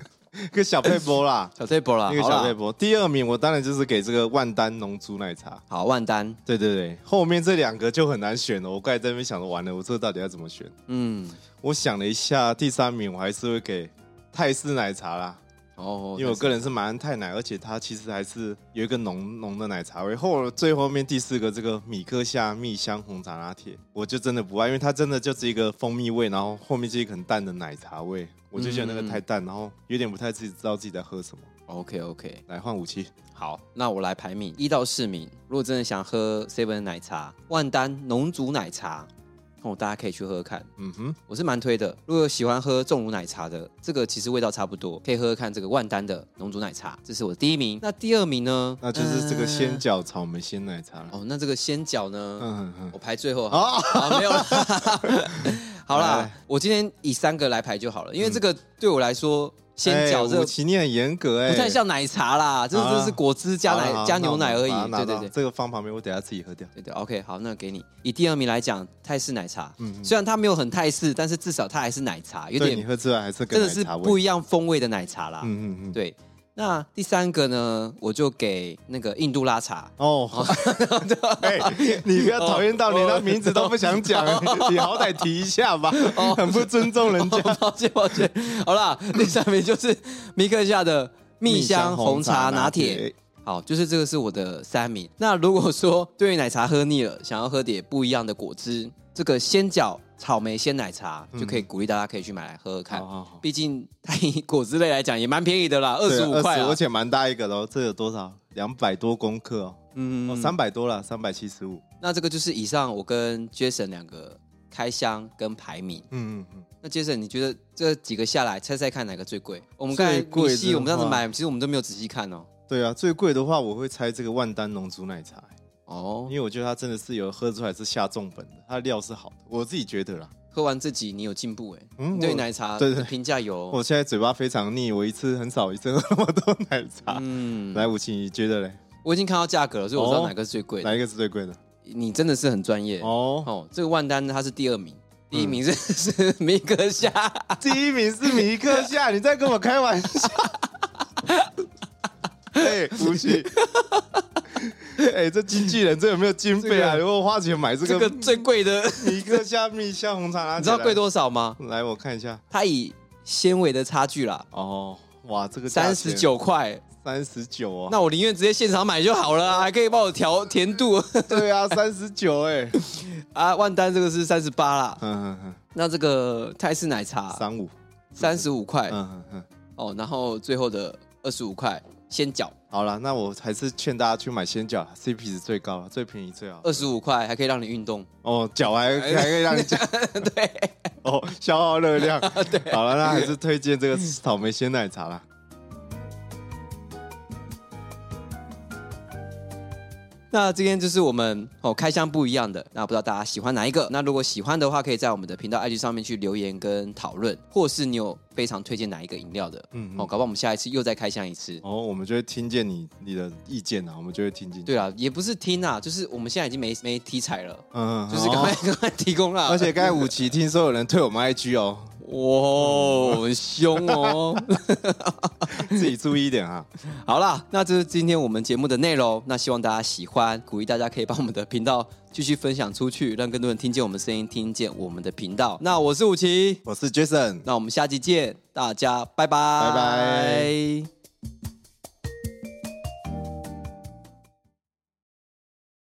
Speaker 1: 一个小配波 啦，
Speaker 2: 小 table 啦，
Speaker 1: 一个
Speaker 2: 好
Speaker 1: 小配
Speaker 2: 啦，
Speaker 1: 波。第二名我当然就是给这个万丹浓珠奶茶。
Speaker 2: 好万丹，
Speaker 1: 对对对，后面这两个就很难选了。我刚才在那边想着，完了，我这个到底要怎么选？
Speaker 2: 嗯，
Speaker 1: 我想了一下，第三名我还是会给泰式奶茶啦。
Speaker 2: 哦，
Speaker 1: 因为我个人是蛮爱泰奶，而且它其实还是有一个浓浓的奶茶味。后最后面第四个这个米克夏蜜香红茶拿铁，我就真的不爱，因为它真的就是一个蜂蜜味，然后后面就是一个很淡的奶茶味，我就觉得那个太淡，然后有点不太自己知道自己在喝什么。
Speaker 2: OK OK，
Speaker 1: 来换武器，
Speaker 2: 好，那我来排名一到四名。如果真的想喝 Seven 的奶茶，万丹浓煮奶茶，哦，大家可以去喝喝看。
Speaker 1: 嗯哼，
Speaker 2: 我是蛮推的。如果有喜欢喝重乳奶茶的，这个其实味道差不多，可以喝喝看这个万丹的浓煮奶茶，这是我的第一名。那第二名呢？
Speaker 1: 那就是这个鲜
Speaker 2: 嗯、
Speaker 1: 饺草莓鲜奶茶了。
Speaker 2: 哦，那这个鲜饺呢？
Speaker 1: 嗯嗯
Speaker 2: 我排最后啊，好 没有了。好
Speaker 1: 来
Speaker 2: 啦
Speaker 1: 来，
Speaker 2: 我今天以三个来排就好了，因为这个对我来说，
Speaker 1: 哎
Speaker 2: 鲜饺这
Speaker 1: 武
Speaker 2: 个
Speaker 1: 器你很严格哎、
Speaker 2: 不太像奶茶啦，这这
Speaker 1: 啊
Speaker 2: 是果汁加
Speaker 1: 好
Speaker 2: 奶
Speaker 1: 啦
Speaker 2: 加牛奶而已
Speaker 1: 好啦。拿
Speaker 2: 对
Speaker 1: 到
Speaker 2: 对对。
Speaker 1: 这个放旁边，我等下自己喝掉。
Speaker 2: 对对，OK，好，那给你以第二名来讲，泰式奶茶，
Speaker 1: 嗯嗯
Speaker 2: 虽然它没有很泰式，但是至少它还是奶茶，有
Speaker 1: 对你
Speaker 2: 点
Speaker 1: 喝出来还是跟
Speaker 2: 真的
Speaker 1: 奶
Speaker 2: 是
Speaker 1: 茶
Speaker 2: 不
Speaker 1: 味。
Speaker 2: 一样风味的奶茶啦。
Speaker 1: 嗯嗯嗯，
Speaker 2: 对，那第三个呢，我就给那个印度 拉茶。
Speaker 1: 哦， 哎，你不要讨厌到连他名字都不想讲，
Speaker 2: 哦
Speaker 1: 你好歹提一下 吧，很不尊重人家。
Speaker 2: 抱歉抱歉，好啦，第三名就是米克夏的蜜香红茶拿铁。，好，就是这个是我的三名。那如果说对于奶茶喝腻了，想要喝点不一样的果汁，这个鲜饺草莓鲜奶茶、
Speaker 1: 嗯
Speaker 2: 就可以鼓励大家可以去买来喝喝看
Speaker 1: 好好好。
Speaker 2: 毕竟它以果汁类来讲也蛮便宜的啦，二
Speaker 1: 哦对
Speaker 2: 十五块啊
Speaker 1: 而。且蛮大一个的哦，这有多少？两百多公克哦，
Speaker 2: 嗯
Speaker 1: 哦，三百多了，三百七十五。
Speaker 2: 那这个就是以上我跟 Jason 两个开箱跟排名。
Speaker 1: 嗯嗯嗯，
Speaker 2: 那 Jason，你觉得这几个下来，猜猜看哪个最贵？我们
Speaker 1: 最
Speaker 2: 刚才
Speaker 1: 贵
Speaker 2: 米西，
Speaker 1: 的
Speaker 2: 我们上次
Speaker 1: 话
Speaker 2: 买，其实我们都没有仔细看哦。
Speaker 1: 对啊，最贵的话我会猜这个万丹浓珠奶茶，因
Speaker 2: 哦，
Speaker 1: 为我觉得它真的是有喝出来是下重本的，它的料是好的，我自己觉得啦。
Speaker 2: 喝完这集你有进步哎，
Speaker 1: 嗯
Speaker 2: 你对
Speaker 1: 我
Speaker 2: 奶茶
Speaker 1: 对对
Speaker 2: 的评价有
Speaker 1: 我现在嘴巴非常腻，我一次很少一次喝那么多奶茶。
Speaker 2: 嗯，
Speaker 1: 来，武琴，你觉得嘞？
Speaker 2: 我已经看到价格了，所以我知道
Speaker 1: 哦
Speaker 2: 哪个是最贵的。
Speaker 1: 哪一个是最贵的？
Speaker 2: 你真的是很专业哦
Speaker 1: 哦，嗯
Speaker 2: 这个万丹它是第二名，第一名是 是米格虾，
Speaker 1: 第一名啊是米克夏，你在跟我开玩 笑？哎，吴 奇，哎，这经纪人这有没有经费啊？
Speaker 2: 这个
Speaker 1: 如果花钱 买这
Speaker 2: 这个
Speaker 1: 个
Speaker 2: 最贵的，
Speaker 1: 米克夏蜜香红茶拿起来，
Speaker 2: 你知道贵多少吗？
Speaker 1: 来，我看一下。
Speaker 2: 它以纤维的差距啦，
Speaker 1: 哦，哇，这个
Speaker 2: 三十，九块，
Speaker 1: 三十九哦。
Speaker 2: 那我宁愿直接现场买就好了 啊，还可以帮我调甜度
Speaker 1: 对啊，三十九哎。
Speaker 2: 啊。万丹这个是三十八啦，
Speaker 1: 嗯嗯
Speaker 2: 那这个泰式奶
Speaker 1: 嗯，
Speaker 2: 茶
Speaker 1: 三五。
Speaker 2: 三十五块
Speaker 1: 嗯嗯嗯。
Speaker 2: 哦，然后最后的二十五块先缴，
Speaker 1: 好了，那我还是劝大家去买鲜饺，CP 值最高了，最便宜最好。
Speaker 2: 二十五块还可以让你运动，
Speaker 1: 哦，脚还还可以让你脚
Speaker 2: 对，
Speaker 1: 哦，消耗热 量。对，好了，那还是推荐这个草莓鲜奶茶啦。
Speaker 2: 那今天就是我们哦开箱不一样的，那不知道大家喜欢哪一个？那如果喜欢的话，可以在我们的频道 IG 上面去留言跟讨论，或是你有非常推荐哪一个饮料的，
Speaker 1: 嗯
Speaker 2: 哦，搞不好我们下一次又再开箱一次。
Speaker 1: 哦，我们就会听见你你的意见啊，我们就会听进去。
Speaker 2: 对啊，也不是听啊，就是我们现在已经没没题材了，
Speaker 1: 嗯，嗯
Speaker 2: 就是赶快、
Speaker 1: 哦
Speaker 2: 赶快提供啊啦。
Speaker 1: 而且刚才武奇听说有人退我们 IG 哦，
Speaker 2: 哇，很凶哦。
Speaker 1: 自己注意一点啊。
Speaker 2: 好啦，那这是今天我们节目的内容。那希望大家喜欢，鼓励大家可以把我们的频道继续分享出去，让更多人听见我们声音，听见我们的频道。那我是武奇，
Speaker 1: 我是 Jason，
Speaker 2: 那我们下期见，大家拜拜，
Speaker 1: 拜拜。